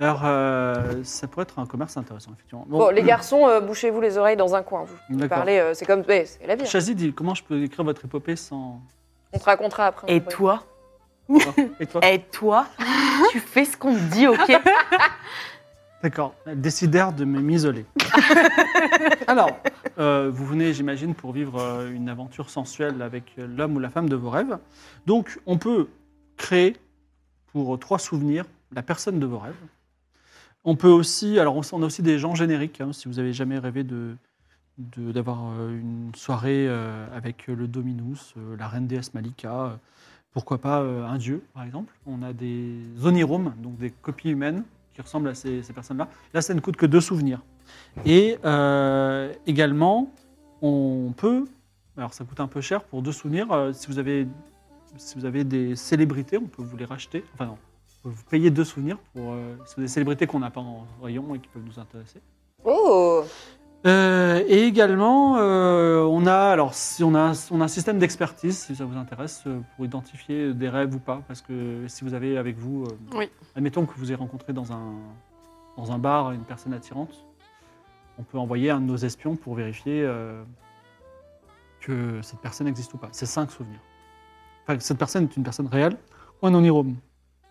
Speaker 1: Alors, euh, ça pourrait être un commerce intéressant, effectivement. Bon,
Speaker 3: Bon, les garçons, euh, bouchez-vous les oreilles dans un coin. Vous
Speaker 1: D'accord.
Speaker 3: parlez, euh, c'est comme. ouais, c'est la vie. hein.
Speaker 1: Chazzy dit Comment je peux écrire votre épopée sans.
Speaker 3: On te racontera après.
Speaker 7: Et
Speaker 3: Ouais.
Speaker 7: toi
Speaker 1: Et
Speaker 3: Eh
Speaker 1: toi
Speaker 7: Et toi Tu fais ce qu'on te dit, ok
Speaker 1: D'accord, elles décidèrent de me- m'isoler. Alors, euh, vous venez, j'imagine, pour vivre euh, une aventure sensuelle avec euh, l'homme ou la femme de vos rêves. Donc, on peut créer pour euh, trois souvenirs la personne de vos rêves. On peut aussi, alors on on a aussi des gens génériques, hein, si vous avez jamais rêvé de de- d'avoir euh, une soirée euh, avec euh, le Dominus, euh, la reine déesse Malika, euh, pourquoi pas euh, un dieu, par exemple. On a des oniromes, donc des copies humaines qui ressemblent à ces, ces personnes-là. Là, ça ne coûte que deux souvenirs. Et euh, également, on peut, alors ça coûte un peu cher pour deux souvenirs, euh, si, vous avez, si vous avez des célébrités, on peut vous les racheter. Enfin non, on peut vous payer deux souvenirs pour euh, si vous avez des célébrités qu'on n'a pas en rayon et qui peuvent nous intéresser.
Speaker 3: Oh
Speaker 1: Euh, et également, euh, on a alors si on a on a un système d'expertise si ça vous intéresse euh, pour identifier des rêves ou pas, parce que si vous avez avec vous, euh,
Speaker 5: Oui.
Speaker 1: admettons que vous ayez rencontré dans un dans un bar une personne attirante, on peut envoyer un de nos espions pour vérifier euh, que cette personne existe ou pas. C'est cinq souvenirs. Enfin, que cette personne est une personne réelle ou un onirome.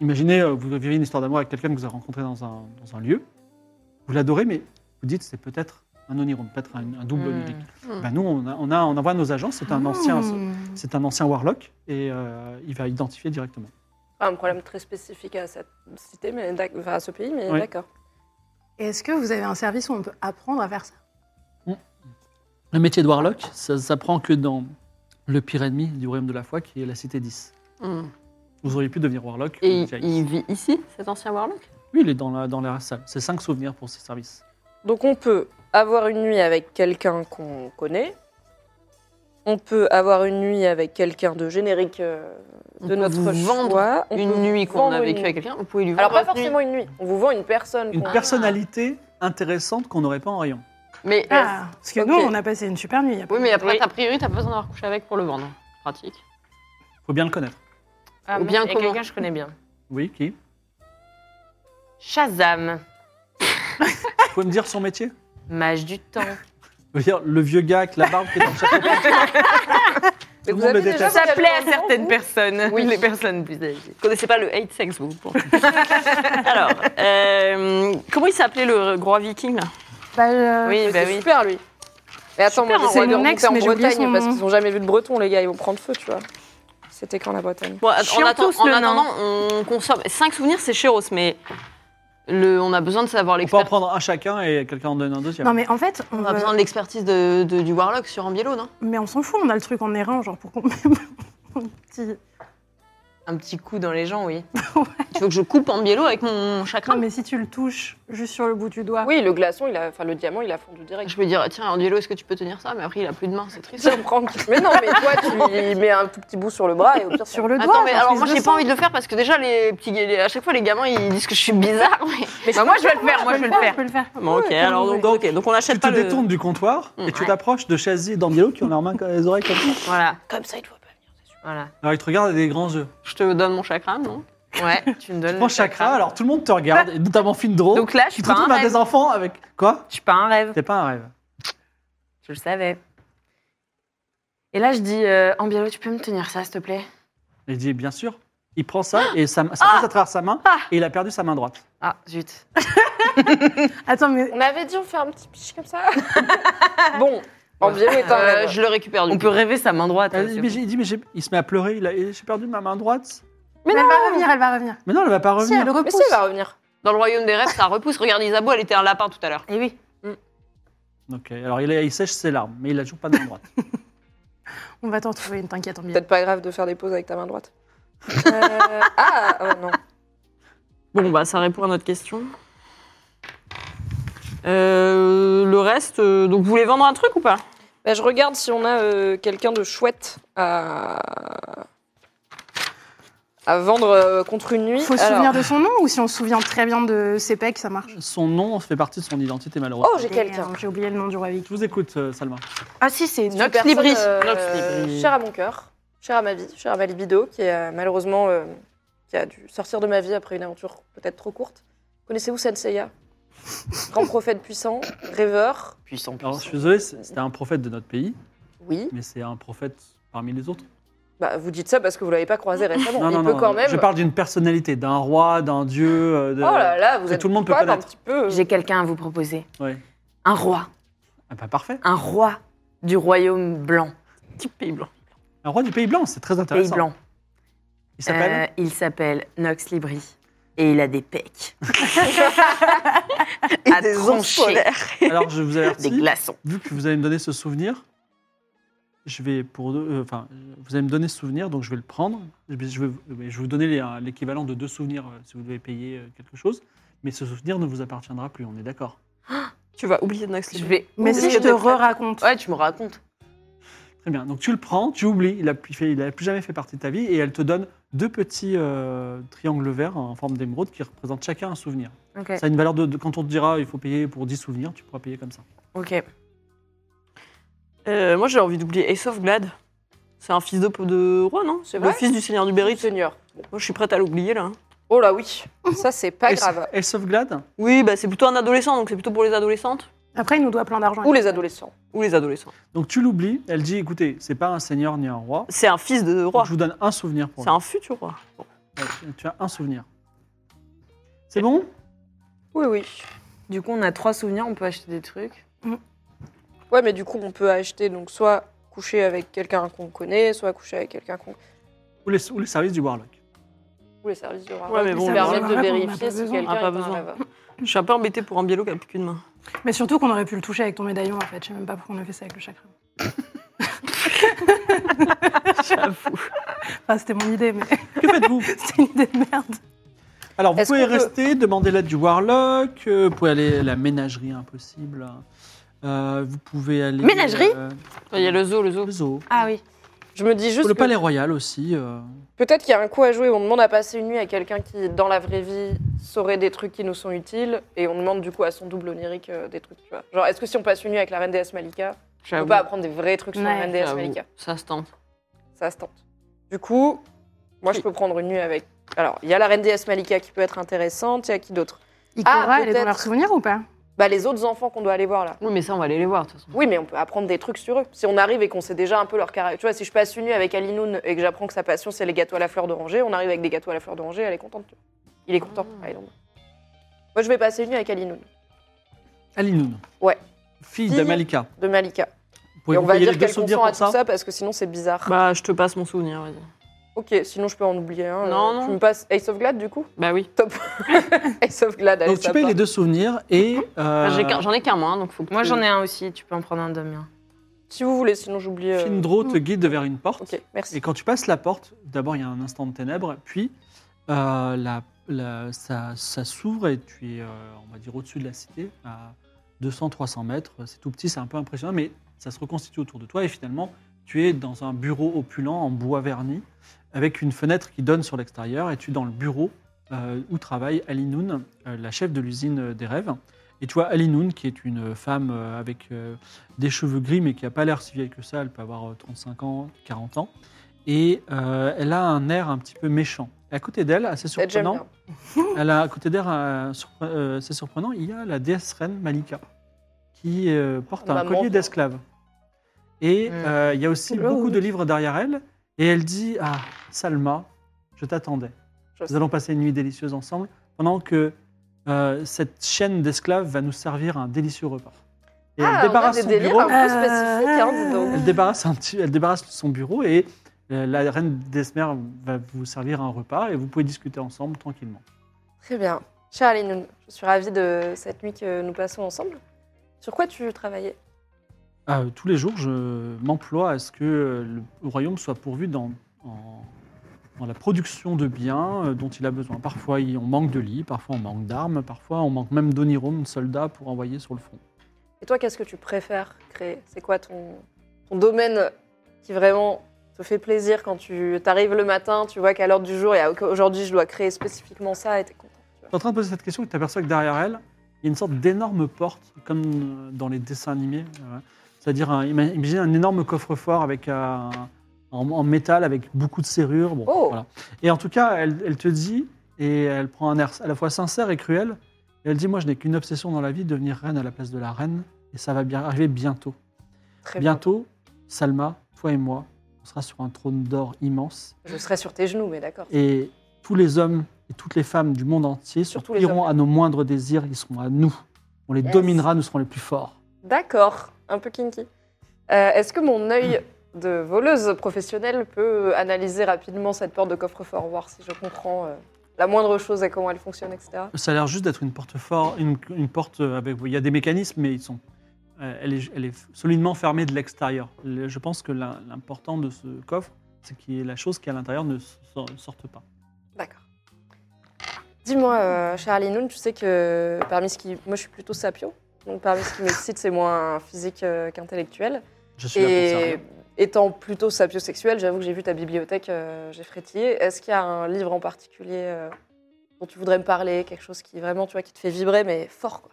Speaker 1: Imaginez, euh, vous vivez une histoire d'amour avec quelqu'un que vous avez rencontré dans un, dans un lieu, vous l'adorez, mais vous dites c'est peut-être un onirome, peut-être un, un double
Speaker 7: Hmm. Hmm.
Speaker 1: onirique. Ben, nous, on, a- on, a- on envoie nos agents, c'est un, ancien,
Speaker 6: Hmm.
Speaker 1: c'est un ancien warlock, et euh, il va identifier directement.
Speaker 3: Ah, Un problème très spécifique à cette cité, mais d'ac- enfin, à ce pays, mais
Speaker 1: Ouais.
Speaker 3: d'accord.
Speaker 6: Est-ce que vous avez un service où on peut apprendre à faire ça
Speaker 1: Le métier de warlock, ça s'apprend que dans le pire ennemi du royaume de la foi, qui est la cité 10.
Speaker 5: Hmm.
Speaker 1: Vous auriez pu devenir warlock.
Speaker 4: Et
Speaker 1: ou
Speaker 4: il, il vit ici, cet ancien warlock
Speaker 1: Oui, il est dans la, dans la salle. C'est cinq souvenirs pour ses services.
Speaker 3: Donc on peut avoir une nuit avec quelqu'un qu'on connaît. On peut avoir une nuit avec quelqu'un de générique euh,
Speaker 4: On
Speaker 3: de
Speaker 4: peut
Speaker 3: notre
Speaker 4: vous vendre
Speaker 3: choix. On peut
Speaker 4: Une nuit qu'on
Speaker 3: vendre
Speaker 4: a
Speaker 3: une
Speaker 4: vécue
Speaker 3: nuit.
Speaker 4: avec quelqu'un, vous pouvez lui vendre
Speaker 3: Alors pas
Speaker 4: votre nuit.
Speaker 3: forcément une nuit. On vous vend une personne.
Speaker 1: Une
Speaker 3: qu'on-
Speaker 1: personnalité intéressante qu'on n'aurait pas en rayon.
Speaker 4: Mais,
Speaker 6: Ah, parce que nous,
Speaker 4: Ok.
Speaker 6: on a passé une super nuit. il y a pas
Speaker 5: Oui, mais après,
Speaker 4: Oui.
Speaker 5: t'as priori, t'as pas besoin d'avoir couché avec pour le vendre. Pratique.
Speaker 1: Faut bien le connaître.
Speaker 7: ah,
Speaker 4: Ou bien
Speaker 7: il y a
Speaker 4: comment
Speaker 7: quelqu'un que je connais bien.
Speaker 1: Oui, qui
Speaker 7: Shazam,
Speaker 1: Vous pouvez me dire son métier
Speaker 7: mage du temps.
Speaker 1: Je veux dire, le vieux gars avec la barbe qui est dans le chapeau. Tout
Speaker 3: Mais
Speaker 1: le
Speaker 3: vous
Speaker 1: monde
Speaker 3: avez
Speaker 1: le
Speaker 3: déjà
Speaker 7: Ça,
Speaker 1: déteste.
Speaker 3: Ça
Speaker 7: plaît à
Speaker 3: plaît
Speaker 7: certaines
Speaker 3: vous
Speaker 7: personnes,
Speaker 3: Oui.
Speaker 7: les personnes plus âgées.
Speaker 4: Vous connaissez pas le hate sex, vous pour- Alors, euh, comment il s'appelait le gros viking là
Speaker 6: Bah, euh,
Speaker 7: Oui,
Speaker 3: Mais
Speaker 7: bah
Speaker 3: c'est
Speaker 7: oui.
Speaker 3: super lui. Mais attends,
Speaker 7: Super,
Speaker 3: moi
Speaker 6: c'est
Speaker 3: j'essaie de
Speaker 6: mon
Speaker 3: remonter
Speaker 6: ex,
Speaker 3: en
Speaker 6: mais j'ai oublié
Speaker 3: Bretagne
Speaker 6: son
Speaker 3: parce
Speaker 6: nom.
Speaker 3: qu'ils n'ont jamais vu de breton les gars, ils vont prendre feu, tu vois. C'était quand la Bretagne
Speaker 4: Bon, att- en,
Speaker 7: Chiantos,
Speaker 4: attend- en
Speaker 7: le nain.
Speaker 4: attendant, on consomme. 5 souvenirs, c'est chéros, mais le, on a besoin de savoir
Speaker 1: On peut en
Speaker 4: l'expertise.
Speaker 1: prendre un chacun et quelqu'un en donne un deuxième.
Speaker 6: Non, mais en fait, on,
Speaker 4: On a
Speaker 6: veut-
Speaker 4: besoin de l'expertise de- de- du warlock sur Ambiello, non
Speaker 6: mais on s'en fout, on a le truc en airain, genre pour qu'on. Un petit-
Speaker 7: Un petit coup dans les gens, oui.
Speaker 4: Tu veux que je coupe Ambiello avec mon chakra
Speaker 6: Non, mais si tu le touches juste sur le bout du doigt.
Speaker 3: Oui, le glaçon, il a, enfin le diamant, il a fondu direct.
Speaker 4: Je peux dire, tiens, Ambiello, est-ce que tu peux tenir ça Mais après, il a plus de main, c'est triste.
Speaker 3: Je vais prendre- Mais non, mais toi, tu lui mets un tout petit bout sur le bras et au pire,
Speaker 6: Sur le doigt.
Speaker 4: Attends, mais
Speaker 6: genre,
Speaker 4: alors
Speaker 6: prise
Speaker 4: moi,
Speaker 6: de
Speaker 4: j'ai
Speaker 6: sang.
Speaker 4: pas envie de le faire parce que déjà, les petits, les- à chaque fois, les gamins, ils disent que je suis bizarre. mais-
Speaker 7: Bah, moi, je vais le faire, moi, je vais le
Speaker 6: Je
Speaker 7: faire.
Speaker 6: peux le faire.
Speaker 4: Bon, ok, alors donc, ok, donc on
Speaker 1: tu
Speaker 4: achète
Speaker 1: te
Speaker 4: pas le...
Speaker 1: détournes du comptoir et tu t'approches de Chazzy et d'Ambiello qui ont leurs mains, les oreilles comme ça.
Speaker 7: Voilà,
Speaker 3: Comme ça, il doit pas venir.
Speaker 7: voilà.
Speaker 1: Alors ils te regardent avec des grands yeux.
Speaker 4: Je te donne mon chakra, non
Speaker 7: Ouais, tu me donnes.
Speaker 1: Prends
Speaker 7: le
Speaker 1: chakra, alors tout le monde te regarde, et notamment Findro.
Speaker 7: Euh, Donc là, je
Speaker 1: tu
Speaker 7: suis
Speaker 1: te
Speaker 7: pas un
Speaker 1: retrouves à
Speaker 7: rêve.
Speaker 1: des enfants avec. Quoi
Speaker 7: Je suis pas un rêve.
Speaker 1: T'es pas un rêve.
Speaker 7: Je le savais. Et là, je dis, euh, Ambialo, tu peux me tenir ça, s'il te plaît
Speaker 1: Il dit bien sûr. Il prend ça et ça, ça passe à travers sa main et il a perdu sa main droite.
Speaker 7: Ah, zut.
Speaker 6: Attends, mais
Speaker 3: On avait dit on fait un petit pich comme ça. bon, en biais, est
Speaker 4: Euh,
Speaker 3: un rêve.
Speaker 4: Je le récupère du
Speaker 7: On peut rêver sa main droite. euh,
Speaker 1: il, Euh, mais j'ai- il dit mais j'ai- il se met à pleurer. Il a- j'ai perdu ma main droite.
Speaker 6: Mais elle va revenir, elle va revenir.
Speaker 1: Mais non, elle va pas
Speaker 6: Si,
Speaker 1: revenir.
Speaker 6: elle
Speaker 3: Mais
Speaker 6: repousse.
Speaker 3: si, il va revenir.
Speaker 4: Dans le royaume des rêves, ça repousse. Regarde Isabeau, elle était un lapin tout à l'heure.
Speaker 7: Et oui.
Speaker 1: Ok, alors il, a- il sèche ses larmes, mais il a toujours pas de main droite.
Speaker 6: On va t'en trouver une, t'inquiète, en bien.
Speaker 3: Peut-être pas grave de faire des pauses avec ta main droite. Euh, ah, oh non.
Speaker 4: Bon, bah, ça répond à notre question. Euh, le reste, euh, donc vous voulez vendre un truc ou pas
Speaker 3: Bah, je regarde si on a euh, quelqu'un de chouette à, à vendre euh, contre une nuit.
Speaker 6: Faut se
Speaker 3: Alors-
Speaker 6: souvenir de son nom ou si on se souvient très bien de ses pecs, ça marche euh,
Speaker 1: Son nom fait partie de son identité, malheureusement.
Speaker 3: Oh, j'ai quelqu'un.
Speaker 6: J'ai oublié le nom du roi Vic.
Speaker 1: Je vous écoute, euh, Salma.
Speaker 7: Ah si, c'est
Speaker 3: Une
Speaker 7: Nox
Speaker 3: personne,
Speaker 7: Libris.
Speaker 3: euh,
Speaker 4: Nox Libris.
Speaker 3: Chère à mon cœur, chère à ma vie, chère à ma libido, qui est euh, malheureusement euh, qui a dû sortir de ma vie après une aventure peut-être trop courte. Connaissez-vous Senseiya Grand prophète puissant, rêveur,
Speaker 7: Puissant,
Speaker 1: Alors, je suis
Speaker 7: puissant.
Speaker 1: désolé, c'est- c'était un prophète de notre pays,
Speaker 3: oui.
Speaker 1: mais c'est un prophète parmi les autres.
Speaker 3: Bah, vous dites ça parce que vous l'avez pas croisé récemment. Il peut quand même.
Speaker 1: Je parle d'une personnalité, d'un roi, d'un dieu. euh, de-
Speaker 3: Oh là là, vous
Speaker 1: que
Speaker 3: êtes
Speaker 1: tout le monde peut
Speaker 3: quand même un
Speaker 1: connaître.
Speaker 3: petit peu.
Speaker 7: J'ai quelqu'un à vous proposer.
Speaker 1: Ouais.
Speaker 7: Un roi.
Speaker 1: Ah, bah, parfait.
Speaker 7: Un roi du royaume blanc.
Speaker 4: Type pays blanc.
Speaker 1: Un roi du Pays Blanc, c'est très
Speaker 7: Pays
Speaker 1: intéressant.
Speaker 7: blanc.
Speaker 1: Il s'appelle
Speaker 7: Euh, il s'appelle Nox Libri. Et il a des pecs. à
Speaker 4: des
Speaker 7: trancher.
Speaker 4: ondes
Speaker 1: Alors, je vous
Speaker 7: Des
Speaker 1: avertis,
Speaker 7: glaçons.
Speaker 1: vu que vous allez me donner ce souvenir, je vais pour deux- euh, enfin, vous allez me donner ce souvenir, donc je vais le prendre. Je vais, je vais- je vais vous donner les, euh, l'équivalent de deux souvenirs euh, si vous devez payer euh, quelque chose, mais ce souvenir ne vous appartiendra plus. On est d'accord.
Speaker 4: Tu vas oublier de Nox
Speaker 7: Je
Speaker 4: Libri.
Speaker 7: vais.
Speaker 6: Mais si je te re-raconte,
Speaker 7: Ouais, tu me racontes.
Speaker 1: Très bien. Donc tu le prends, tu oublies. Il a plus fait- il a plus jamais fait partie de ta vie, et elle te donne deux petits euh, triangles verts en forme d'émeraude qui représentent chacun un souvenir.
Speaker 7: Ok.
Speaker 1: Ça a une valeur de, de- quand on te dira il faut payer pour 10 souvenirs, tu pourras payer comme ça.
Speaker 7: Ok.
Speaker 4: Euh, moi, j'ai envie d'oublier Ace of Glad. C'est un fils de, de roi, non
Speaker 3: C'est
Speaker 4: Le
Speaker 3: vrai
Speaker 4: fils du seigneur du Berry.
Speaker 3: Seigneur.
Speaker 4: Moi, je suis prête à l'oublier, là. hein.
Speaker 3: Oh là oui, ça c'est pas
Speaker 1: Elle-
Speaker 3: grave.
Speaker 1: Elle sauvegarde.
Speaker 4: Oui, bah, c'est plutôt un adolescent, donc c'est plutôt pour les adolescentes
Speaker 6: après il nous doit plein d'argent.
Speaker 3: Ou les adolescents.
Speaker 4: ou les adolescents.
Speaker 1: Donc tu l'oublies. Elle dit écoutez, c'est pas un seigneur ni un roi.
Speaker 4: C'est un fils de
Speaker 1: Donc,
Speaker 4: roi.
Speaker 1: je vous donne un souvenir pour
Speaker 4: C'est un futur roi.
Speaker 1: lui. Ouais, tu as un souvenir. C'est bon
Speaker 3: Oui, oui.
Speaker 7: Du coup, on a trois souvenirs, on peut acheter des trucs.
Speaker 3: Ouais, mais du coup, on peut acheter donc soit coucher avec quelqu'un qu'on connaît, soit coucher avec quelqu'un qu'on.
Speaker 1: ou les, ou les services du Warlock.
Speaker 3: Ou les services de
Speaker 4: Ouais, mais
Speaker 3: qui
Speaker 4: bon,
Speaker 3: nous
Speaker 4: on
Speaker 3: permettent
Speaker 6: va-
Speaker 3: de
Speaker 6: on a
Speaker 3: vérifier
Speaker 6: pas
Speaker 3: si
Speaker 6: besoin.
Speaker 3: quelqu'un
Speaker 4: On a pas
Speaker 3: est un
Speaker 4: besoin.
Speaker 3: rêveur.
Speaker 4: Je suis un peu embêtée pour un bielo qui a plus qu'une main.
Speaker 6: Mais surtout qu'on aurait pu le toucher avec ton médaillon en fait. Je sais même pas pourquoi on a fait ça avec le chakra. J'avoue. Enfin, c'était mon idée, mais
Speaker 1: Que faites-vous
Speaker 6: c'était une idée de merde.
Speaker 1: Alors vous
Speaker 3: Est-ce
Speaker 1: pouvez
Speaker 3: qu'on peut-
Speaker 1: rester, demander l'aide du Warlock, euh, vous pouvez aller à la ménagerie impossible. euh, vous pouvez aller.
Speaker 7: Ménagerie
Speaker 1: euh,
Speaker 4: Il y a le zoo, le zoo.
Speaker 1: le zoo.
Speaker 7: Ah oui.
Speaker 3: Je me dis juste
Speaker 1: Le
Speaker 3: que
Speaker 1: palais royal aussi. euh.
Speaker 3: peut-être qu'il y a un coup à jouer. On demande à passer une nuit à quelqu'un qui, dans la vraie vie, saurait des trucs qui nous sont utiles, et on demande du coup à son double onirique euh, des trucs. Tu vois. Genre, est-ce que si on passe une nuit avec la reine déesse Malika, on peut pas apprendre des vrais trucs sur la
Speaker 6: Ouais,
Speaker 3: reine déesse
Speaker 4: j'avoue.
Speaker 3: Malika
Speaker 4: Ça se tente.
Speaker 3: Ça se tente. Du coup, moi, je peux prendre une nuit avec. Alors, il y a la reine déesse Malika qui peut être intéressante. Il y a qui d'autre
Speaker 6: Ikora,
Speaker 3: Ah,
Speaker 6: elle est dans
Speaker 3: peut-être.
Speaker 6: leurs souvenirs ou pas
Speaker 3: Bah, les autres enfants qu'on doit aller voir là.
Speaker 4: Oui, mais ça, on va aller les voir, de toute façon.
Speaker 3: Oui, mais on peut apprendre des trucs sur eux. Si on arrive et qu'on sait déjà un peu leur caractère. Tu vois, si je passe une nuit avec Alinoun et que j'apprends que sa passion, c'est les gâteaux à la fleur d'oranger, on arrive avec des gâteaux à la fleur d'oranger, elle est contente. tu vois. Il est content. Allez, donc. Moi, je vais passer une nuit avec Alinoun,
Speaker 1: Alinoun.
Speaker 3: Ouais.
Speaker 1: Fille,
Speaker 3: Fille.
Speaker 1: d'Amalika.
Speaker 3: de Malika.
Speaker 1: Vous pouvez
Speaker 3: Et on
Speaker 1: vous
Speaker 3: va
Speaker 1: payer les
Speaker 3: dire
Speaker 1: deux
Speaker 3: qu'elle
Speaker 1: souvenirs
Speaker 3: consent à
Speaker 1: pour
Speaker 3: tout ça,
Speaker 1: ça.
Speaker 3: parce que sinon, c'est bizarre.
Speaker 4: Bah, je te passe mon souvenir, vas-y.
Speaker 3: Ok, sinon, je peux en oublier
Speaker 4: Non,
Speaker 3: un. Euh,
Speaker 4: non.
Speaker 3: Tu me passes Ace of Glad, du coup
Speaker 4: Bah oui.
Speaker 3: Ace of Glad, allez,
Speaker 1: Donc tu
Speaker 3: ça
Speaker 1: payes
Speaker 3: part.
Speaker 1: les deux souvenirs et.
Speaker 4: Bah,
Speaker 1: euh,
Speaker 4: j'ai qu'un- J'en ai qu'un, moi, hein, donc faut que
Speaker 7: Moi,
Speaker 4: tu-
Speaker 7: j'en ai un aussi, tu peux en prendre un demi.
Speaker 3: Si vous voulez, sinon, j'oublie. euh,
Speaker 1: Findro te guide vers une porte.
Speaker 3: Ok, merci.
Speaker 1: Et quand tu passes la porte, d'abord il y a un instant de ténèbres, puis euh, la- la- ça, ça s'ouvre et tu es, euh, on va dire, au-dessus de la cité, à 200-300 mètres. C'est tout petit, c'est un peu impressionnant, mais ça se reconstitue autour de toi. Et finalement, tu es dans un bureau opulent en bois verni, avec une fenêtre qui donne sur l'extérieur, et tu es dans le bureau euh, où travaille Alinoun, la chef de l'usine euh, des rêves. Et tu vois Alinoun, qui est une femme euh, avec euh, des cheveux gris, mais qui n'a pas l'air si vieille que ça, elle peut avoir euh, 35 ans, 40 ans et euh, elle a un air un petit peu méchant. Et à côté d'elle, assez
Speaker 3: Peut-être j'aime
Speaker 1: surprenant, elle a à côté d'elle, euh, surpre- euh, c'est surprenant, il y a la déesse reine Malika qui euh, porte un
Speaker 3: Maman. Hmm.
Speaker 1: collier d'esclave. Et
Speaker 7: Mm.
Speaker 1: euh, il y a aussi
Speaker 6: Hello.
Speaker 1: beaucoup de livres derrière elle. Et elle dit Ah, Salma, je t'attendais.
Speaker 3: Je
Speaker 1: Nous allons passer une nuit délicieuse ensemble pendant que euh, cette chaîne d'esclaves va nous servir un délicieux repas. Et
Speaker 3: Ah, on a
Speaker 1: elle débarrasse
Speaker 3: des
Speaker 1: son
Speaker 3: délires
Speaker 1: bureau. Ah.
Speaker 3: un peu spécifiques, hein, dis donc.
Speaker 1: Elle débarrasse, un petit- elle débarrasse son bureau et euh, la reine d'Esmer va vous servir un repas et vous pouvez discuter ensemble tranquillement.
Speaker 3: Très bien. Chère Aline, je suis ravie de cette nuit que nous passons ensemble. Sur quoi tu travaillais
Speaker 1: Euh, tous les jours, je m'emploie à ce que euh, le royaume soit pourvu dans, en- dans la production de biens euh, dont il a besoin. Parfois, il- on manque de lits, parfois on manque d'armes, parfois on manque même d'onirum, de soldats pour envoyer sur le front.
Speaker 3: Et toi, qu'est-ce que tu préfères créer C'est quoi ton, ton domaine qui vraiment te fait plaisir quand tu arrives le matin, tu vois qu'à l'heure du jour, et à- aujourd'hui, je dois créer spécifiquement ça, et t'es content. tu vois.
Speaker 1: Tu es en train de poser cette question et tu t'aperçois que derrière elle, il y a une sorte d'énorme porte, comme euh, dans les dessins animés. euh, C'est-à-dire, un- ima- imaginez un énorme coffre-fort avec un- en, en métal, avec beaucoup de serrures. Bon,
Speaker 3: Oh.
Speaker 1: voilà. Et en tout cas, elle, elle te dit, et elle prend un air à la fois sincère et cruel, et elle dit, moi, je n'ai qu'une obsession dans la vie, devenir reine à la place de la reine, et ça va bien arriver bientôt.
Speaker 3: Très bien.
Speaker 1: bientôt, Salma, toi et moi, on sera sur un trône d'or immense,
Speaker 3: Je serai sur tes genoux, mais d'accord.
Speaker 1: et tous les hommes et toutes les femmes du monde entier
Speaker 3: Surtout les
Speaker 1: iront
Speaker 3: hommes.
Speaker 1: à nos moindres désirs, ils seront à nous. On les
Speaker 3: Yes.
Speaker 1: dominera, nous serons les plus forts.
Speaker 3: D'accord, un peu kinky. Euh, Est-ce que mon œil de voleuse professionnelle peut analyser rapidement cette porte de coffre-fort, voir si je comprends euh, la moindre chose et comment elle fonctionne, etc.
Speaker 1: Ça a l'air juste d'être une porte fort, une, une porte euh, avec. Il y a des mécanismes, mais ils sont. euh, Elle est, elle est solidement fermée de l'extérieur. Le- Je pense que la- l'important de ce coffre, c'est que la chose qui est à l'intérieur ne so- sorte pas.
Speaker 3: D'accord. Dis-moi, euh, Charlie Noon, tu sais que parmi ce qui. Moi, je suis plutôt sapio. Donc, parmi ce qui m'excite, c'est moins physique euh, qu'intellectuel.
Speaker 1: Je suis là pour ça.
Speaker 3: Et étant plutôt sapiosexuel, j'avoue que j'ai vu ta bibliothèque, euh, j'ai frétillé. Est-ce qu'il y a un livre en particulier euh, dont tu voudrais me parler Quelque chose qui vraiment, tu vois, qui te fait vibrer, mais fort, quoi.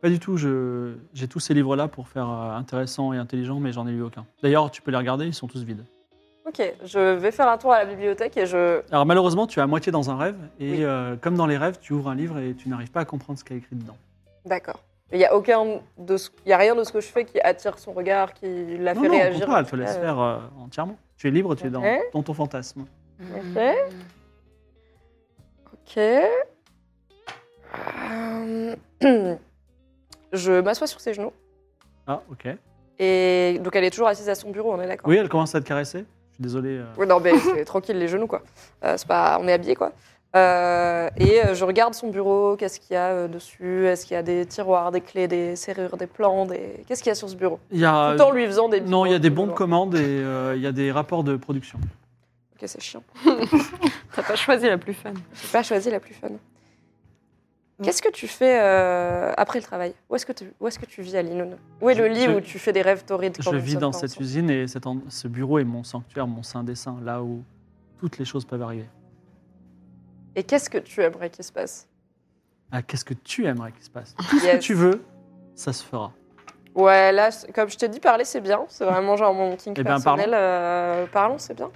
Speaker 1: Pas du tout. je- J'ai tous ces livres-là pour faire euh, intéressant et intelligent, mais j'en ai lu aucun. D'ailleurs, tu peux les regarder, ils sont tous vides.
Speaker 3: Ok, je vais faire un tour à la bibliothèque et je.
Speaker 1: Alors malheureusement, tu es à moitié dans un rêve, et
Speaker 3: Oui.
Speaker 1: euh, comme dans les rêves, tu ouvres un livre et tu n'arrives pas à comprendre ce qu'il y a écrit dedans.
Speaker 3: D'accord. Il n'y a, aucun de ce- il y a rien de ce que je fais qui attire son regard, qui l'a
Speaker 1: non,
Speaker 3: fait
Speaker 1: non, au
Speaker 3: réagir.
Speaker 1: contraire, elle te laisse
Speaker 3: Euh,
Speaker 1: faire euh, entièrement. Tu es libre, tu es dans,
Speaker 3: Ok.
Speaker 1: dans ton fantasme.
Speaker 3: Ok. Ok. Euh, Je m'assois sur ses genoux.
Speaker 1: Ah, ok.
Speaker 3: Et donc elle est toujours assise à son bureau, on est d'accord
Speaker 1: Oui, elle commence à te caresser. Je suis désolé. euh,
Speaker 3: Oui, Non, mais c'est tranquille, les genoux, quoi. Euh, c'est pas... On est habillés, quoi. Euh, et euh, je regarde son bureau, qu'est-ce qu'il y a euh, dessus Est-ce qu'il y a des tiroirs, des clés, des serrures, des plans des... Qu'est-ce qu'il y a sur ce bureau
Speaker 1: Il y a...
Speaker 3: Tout en lui faisant des...
Speaker 1: Ah, Non, il y a des bons de
Speaker 3: comme...
Speaker 1: commande et euh, il y a des rapports de production.
Speaker 3: Ok, c'est chiant.
Speaker 4: T'as pas choisi la plus fun.
Speaker 3: J'ai pas choisi la plus fun. Qu'est-ce que tu fais euh, après le travail Où est-ce que, tu- où est-ce que tu vis à Lyon Où est le
Speaker 1: Je-
Speaker 3: lit
Speaker 1: je-
Speaker 3: où tu fais des rêves torrides quand
Speaker 1: Je
Speaker 3: nous
Speaker 1: vis
Speaker 3: sommes
Speaker 1: dans
Speaker 3: pas
Speaker 1: cette
Speaker 3: ensemble
Speaker 1: usine et cet en- ce bureau est mon sanctuaire, mon saint dessin, là où toutes les choses peuvent arriver.
Speaker 3: Et qu'est-ce que tu aimerais qu'il se passe
Speaker 1: Ah, qu'est-ce que tu aimerais qu'il se passe Tout ce que
Speaker 3: Yes.
Speaker 1: tu veux, ça se fera.
Speaker 3: Ouais, là, c'est- comme je t'ai dit, parler, c'est bien. C'est vraiment genre mon kink
Speaker 1: Eh ben,
Speaker 3: personnel. euh, parlons, c'est bien.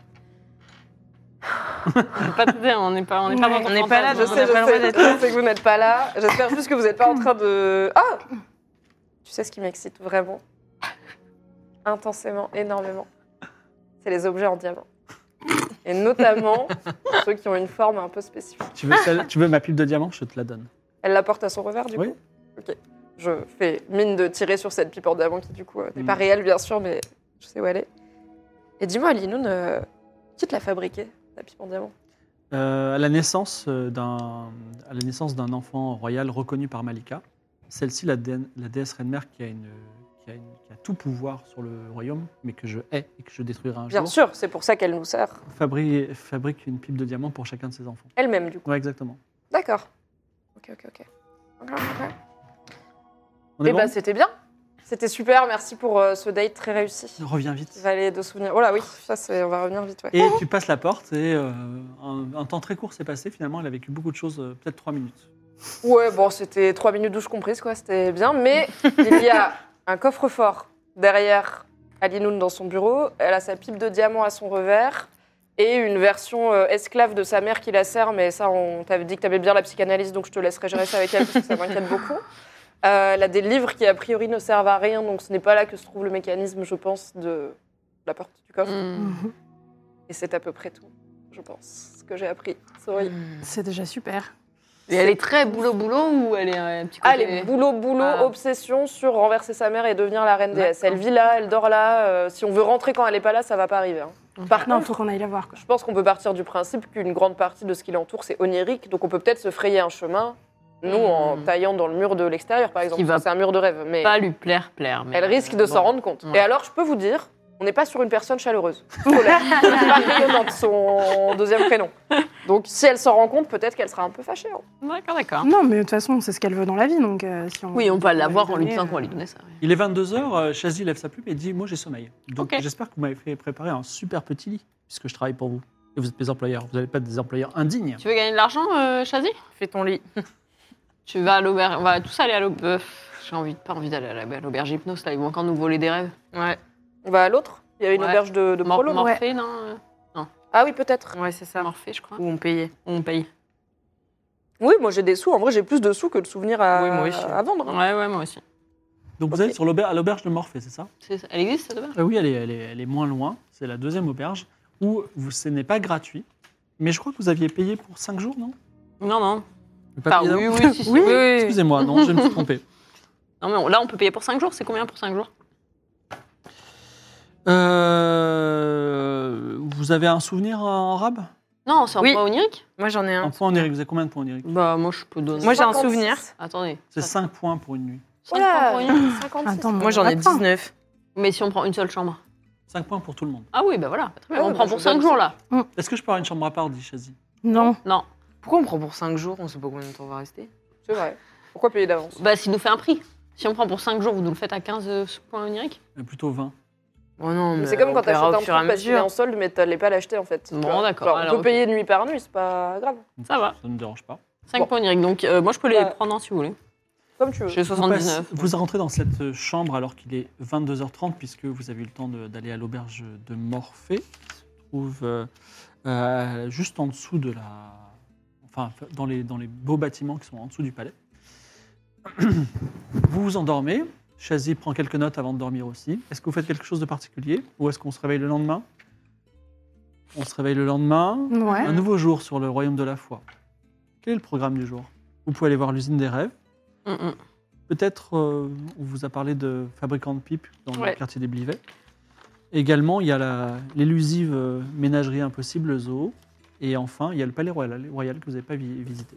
Speaker 4: Pas te dire, on n'est pas, on n'est pas dans ton
Speaker 7: On n'est pas là,
Speaker 4: fantasme,
Speaker 3: Je
Speaker 7: je
Speaker 4: on
Speaker 3: sais,
Speaker 4: n'a
Speaker 3: je
Speaker 4: pas le droit
Speaker 3: sais,
Speaker 4: d'être-
Speaker 3: je sais que vous n'êtes pas là. J'espère juste que vous n'êtes pas en train de... Ah Tu sais ce qui m'excite vraiment Intensément, énormément. C'est les objets en diamant. Et notamment ceux qui ont une forme un peu spécifique.
Speaker 1: Tu veux, celle- tu veux ma pipe de diamant Je te la donne.
Speaker 3: Elle la porte à son revers, du
Speaker 1: Oui.
Speaker 3: coup Ok. Je fais mine de tirer sur cette pipe en diamant qui, du coup, euh, n'est
Speaker 1: Mm.
Speaker 4: Hmm.
Speaker 3: pas réelle, bien sûr, mais je sais où elle est. Et dis-moi, Linoun, euh, qui te l'a fabriquée, la pipe en diamant
Speaker 1: Euh, à la naissance euh, d'un à la naissance d'un enfant royal reconnu par Malika, celle-ci, la, dé- la déesse reine mère qui a une qui a, une- qui a tout pouvoir sur le royaume, mais que je hais et que je détruirai un
Speaker 3: Bien
Speaker 1: jour,
Speaker 3: sûr, c'est pour ça qu'elle nous sert.
Speaker 1: Fabrique, fabrique une pipe de diamant pour chacun de ses enfants.
Speaker 3: Elle-même, du coup.
Speaker 1: Ouais, exactement.
Speaker 3: D'accord. Ok, ok, ok. Ok, ok.
Speaker 1: On est
Speaker 3: Eh
Speaker 1: bon
Speaker 3: ben, c'était bien. C'était super, merci pour euh, ce date très réussi.
Speaker 1: Reviens vite.
Speaker 3: Vallée de souvenirs. Oh là, oui, ça, c'est- on va revenir vite, ouais.
Speaker 1: Et tu passes la porte et euh, un, un temps très court s'est passé. Finalement, elle a vécu beaucoup de choses, euh, peut-être trois minutes.
Speaker 3: Ouais, bon, c'était 3 minutes douche comprises, quoi, c'était bien. Mais il y a un coffre-fort derrière Alinoun dans son bureau. Elle a sa pipe de diamant à son revers et une version euh, esclave de sa mère qui la sert. Mais ça, on t'avait dit que t'avais bien la psychanalyse, donc je te laisserai gérer ça avec elle parce que ça m'inquiète beaucoup. Euh, elle a des livres qui, a priori, ne servent à rien, donc ce n'est pas là que se trouve le mécanisme, je pense, de la porte du coffre.
Speaker 4: Mm.
Speaker 6: Mm.
Speaker 3: Et c'est à peu près tout, je pense, ce que j'ai appris. Sorry.
Speaker 6: C'est déjà super.
Speaker 4: Et elle est très boulot-boulot ou elle est euh, un petit côté...
Speaker 3: Ah, les boulot, boulot,
Speaker 4: Ah.
Speaker 3: obsession sur renverser sa mère et devenir la reine déesse. Elle vit là, elle dort là. euh, si on veut rentrer quand elle n'est pas là, ça va pas arriver. hein. Par
Speaker 6: Non,
Speaker 3: contre,
Speaker 6: faut qu'on aille la voir. Quoi.
Speaker 3: je pense qu'on peut partir du principe qu'une grande partie de ce qui l'entoure, c'est onirique. Donc on peut peut-être se frayer un chemin Nous, en taillant dans le mur de l'extérieur, par exemple.
Speaker 4: Hmm. qui va
Speaker 3: C'est un mur de rêve, mais
Speaker 4: Pas lui plaire, plaire. Mais euh,
Speaker 3: elle risque de s'en
Speaker 4: bon.
Speaker 3: rendre compte.
Speaker 4: Ouais.
Speaker 3: Et alors, je peux vous dire, on n'est pas sur une personne chaleureuse. Colère. C'est pas rayonnante, son deuxième prénom. Donc, si elle s'en rend compte, peut-être qu'elle sera un peu fâchée. hein.
Speaker 4: D'accord, d'accord.
Speaker 6: Non, mais de toute façon, c'est ce qu'elle veut dans la vie, donc euh, si on...
Speaker 4: Oui, on peut l'avoir en lui
Speaker 6: donner,
Speaker 4: disant
Speaker 6: euh,
Speaker 7: euh.
Speaker 4: qu'on va lui donner ça. oui.
Speaker 1: Il est 22h, Chazy lève sa plume et dit Moi j'ai sommeil. Donc
Speaker 4: Ok.
Speaker 1: j'espère que vous m'avez fait préparer un super petit lit, puisque je travaille pour vous. Et vous êtes mes employeurs, vous n'allez pas être des employeurs indignes.
Speaker 4: Tu veux gagner de l'argent, euh, Chazi
Speaker 7: Fais ton lit.
Speaker 4: Tu vas à l'auberge. On va tous aller à l'auberge. J'ai envie, pas envie d'aller à la- à l'auberge hypnose, là. Ils vont encore nous voler des rêves.
Speaker 7: Ouais,
Speaker 3: On va à l'autre Il y avait une
Speaker 4: Ouais.
Speaker 3: auberge de, de
Speaker 4: Mor-
Speaker 3: prolo.
Speaker 4: Morphée, non euh,
Speaker 3: Ah oui, peut-être.
Speaker 7: ouais c'est ça.
Speaker 4: Morphée, je crois.
Speaker 7: Ou on payait.
Speaker 4: On paye.
Speaker 3: Oui, moi j'ai des sous. En vrai, j'ai plus de sous que de souvenirs à,
Speaker 7: Oui, moi aussi.
Speaker 3: à vendre. hein.
Speaker 4: Ouais, ouais, moi aussi.
Speaker 1: Donc vous
Speaker 3: Ok.
Speaker 1: êtes sur l'auber- à l'auberge de Morphée, c'est ça
Speaker 4: C'est ça. Elle existe, cette auberge
Speaker 1: Ah Oui, elle est, elle est- elle est moins loin. C'est la deuxième auberge où vous, ce n'est pas gratuit. Mais je crois que vous aviez payé pour 5 jours, non
Speaker 4: Non, non.
Speaker 1: Le
Speaker 4: Enfin,
Speaker 1: papier
Speaker 4: Ah oui,
Speaker 1: d'avant
Speaker 4: oui, si, si.
Speaker 6: Oui.
Speaker 1: Excusez-moi, non, je me suis trompé.
Speaker 4: Non, mais on- là, on peut payer pour 5 jours. C'est combien pour 5 jours
Speaker 1: Euh, vous avez un souvenir euh, en arabe
Speaker 4: Non, c'est un
Speaker 7: Oui.
Speaker 4: point onirique
Speaker 7: Moi, j'en ai
Speaker 1: Un
Speaker 7: un.
Speaker 1: point en Eric, vous avez combien de points en Eric
Speaker 4: Bah, moi, je peux donner.
Speaker 7: Moi, j'ai un
Speaker 3: 56.
Speaker 7: souvenir.
Speaker 4: Attendez.
Speaker 1: C'est 5 points pour une nuit.
Speaker 4: Cinq
Speaker 3: Oula.
Speaker 4: points pour rien.
Speaker 3: 56.
Speaker 6: Attends,
Speaker 7: Moi, j'en ai
Speaker 6: attends.
Speaker 7: 19.
Speaker 4: Mais si on prend une seule chambre
Speaker 1: 5 points pour tout le monde.
Speaker 4: Ah oui, bah voilà. Très bien.
Speaker 3: Ouais,
Speaker 4: on
Speaker 3: bah,
Speaker 4: prend
Speaker 3: je
Speaker 4: pour
Speaker 3: vous
Speaker 4: 5
Speaker 3: donne
Speaker 4: jours, là.
Speaker 1: Est-ce que je peux avoir une chambre à part, dit Chazy
Speaker 6: Non.
Speaker 4: Non.
Speaker 7: Pourquoi on prend pour 5 jours On sait pas combien de temps on va rester.
Speaker 3: C'est vrai. Pourquoi payer d'avance
Speaker 4: Bah, s'il nous fait un prix. Si on prend pour 5 jours, vous nous le faites à 15 euh, points oniriques
Speaker 1: Euh, Plutôt 20.
Speaker 7: Oh non, mais
Speaker 3: C'est comme
Speaker 7: on
Speaker 3: quand
Speaker 7: verra
Speaker 3: t'achètes
Speaker 7: au
Speaker 3: un
Speaker 7: fur et à
Speaker 3: truc parce qu'il est en
Speaker 7: mesure.
Speaker 3: solde, mais t'allais pas l'acheter en fait.
Speaker 4: Bon,
Speaker 3: Tu vois.
Speaker 4: d'accord,
Speaker 3: Genre, On
Speaker 4: alors,
Speaker 3: peut
Speaker 4: ok.
Speaker 3: payer nuit par nuit, c'est pas grave.
Speaker 4: Ça va.
Speaker 1: Ça ne me dérange pas.
Speaker 4: 5
Speaker 3: Bon.
Speaker 4: points oniriques. Donc, euh, moi, je peux les
Speaker 3: Bah.
Speaker 4: prendre un, si vous voulez.
Speaker 3: Comme tu veux.
Speaker 4: J'ai
Speaker 1: Vous,
Speaker 4: 79.
Speaker 1: passez- vous rentrez dans cette euh, chambre alors qu'il est 22h30 puisque vous avez eu le temps de- d'aller à l'auberge de Morphée qui se trouve euh, euh, juste en dessous de la... Enfin, dans les, dans les beaux bâtiments qui sont en dessous du palais. Vous vous endormez. Chazy prend quelques notes avant de dormir aussi. Est-ce que vous faites quelque chose de particulier ou est-ce qu'on se réveille le lendemain On se réveille le lendemain.
Speaker 6: Ouais.
Speaker 1: Un nouveau jour sur le royaume de la foi. Quel est le programme du jour Vous pouvez aller voir l'usine des rêves.
Speaker 4: Mm, mm.
Speaker 1: Peut-être, euh, on vous a parlé de fabricants de pipes dans le
Speaker 4: Ouais.
Speaker 1: quartier des Blivets. Également, il y a la- l'élusive euh, ménagerie impossible, le zoo. Et enfin, il y a le palais royal, royal que vous n'avez pas vi- visité.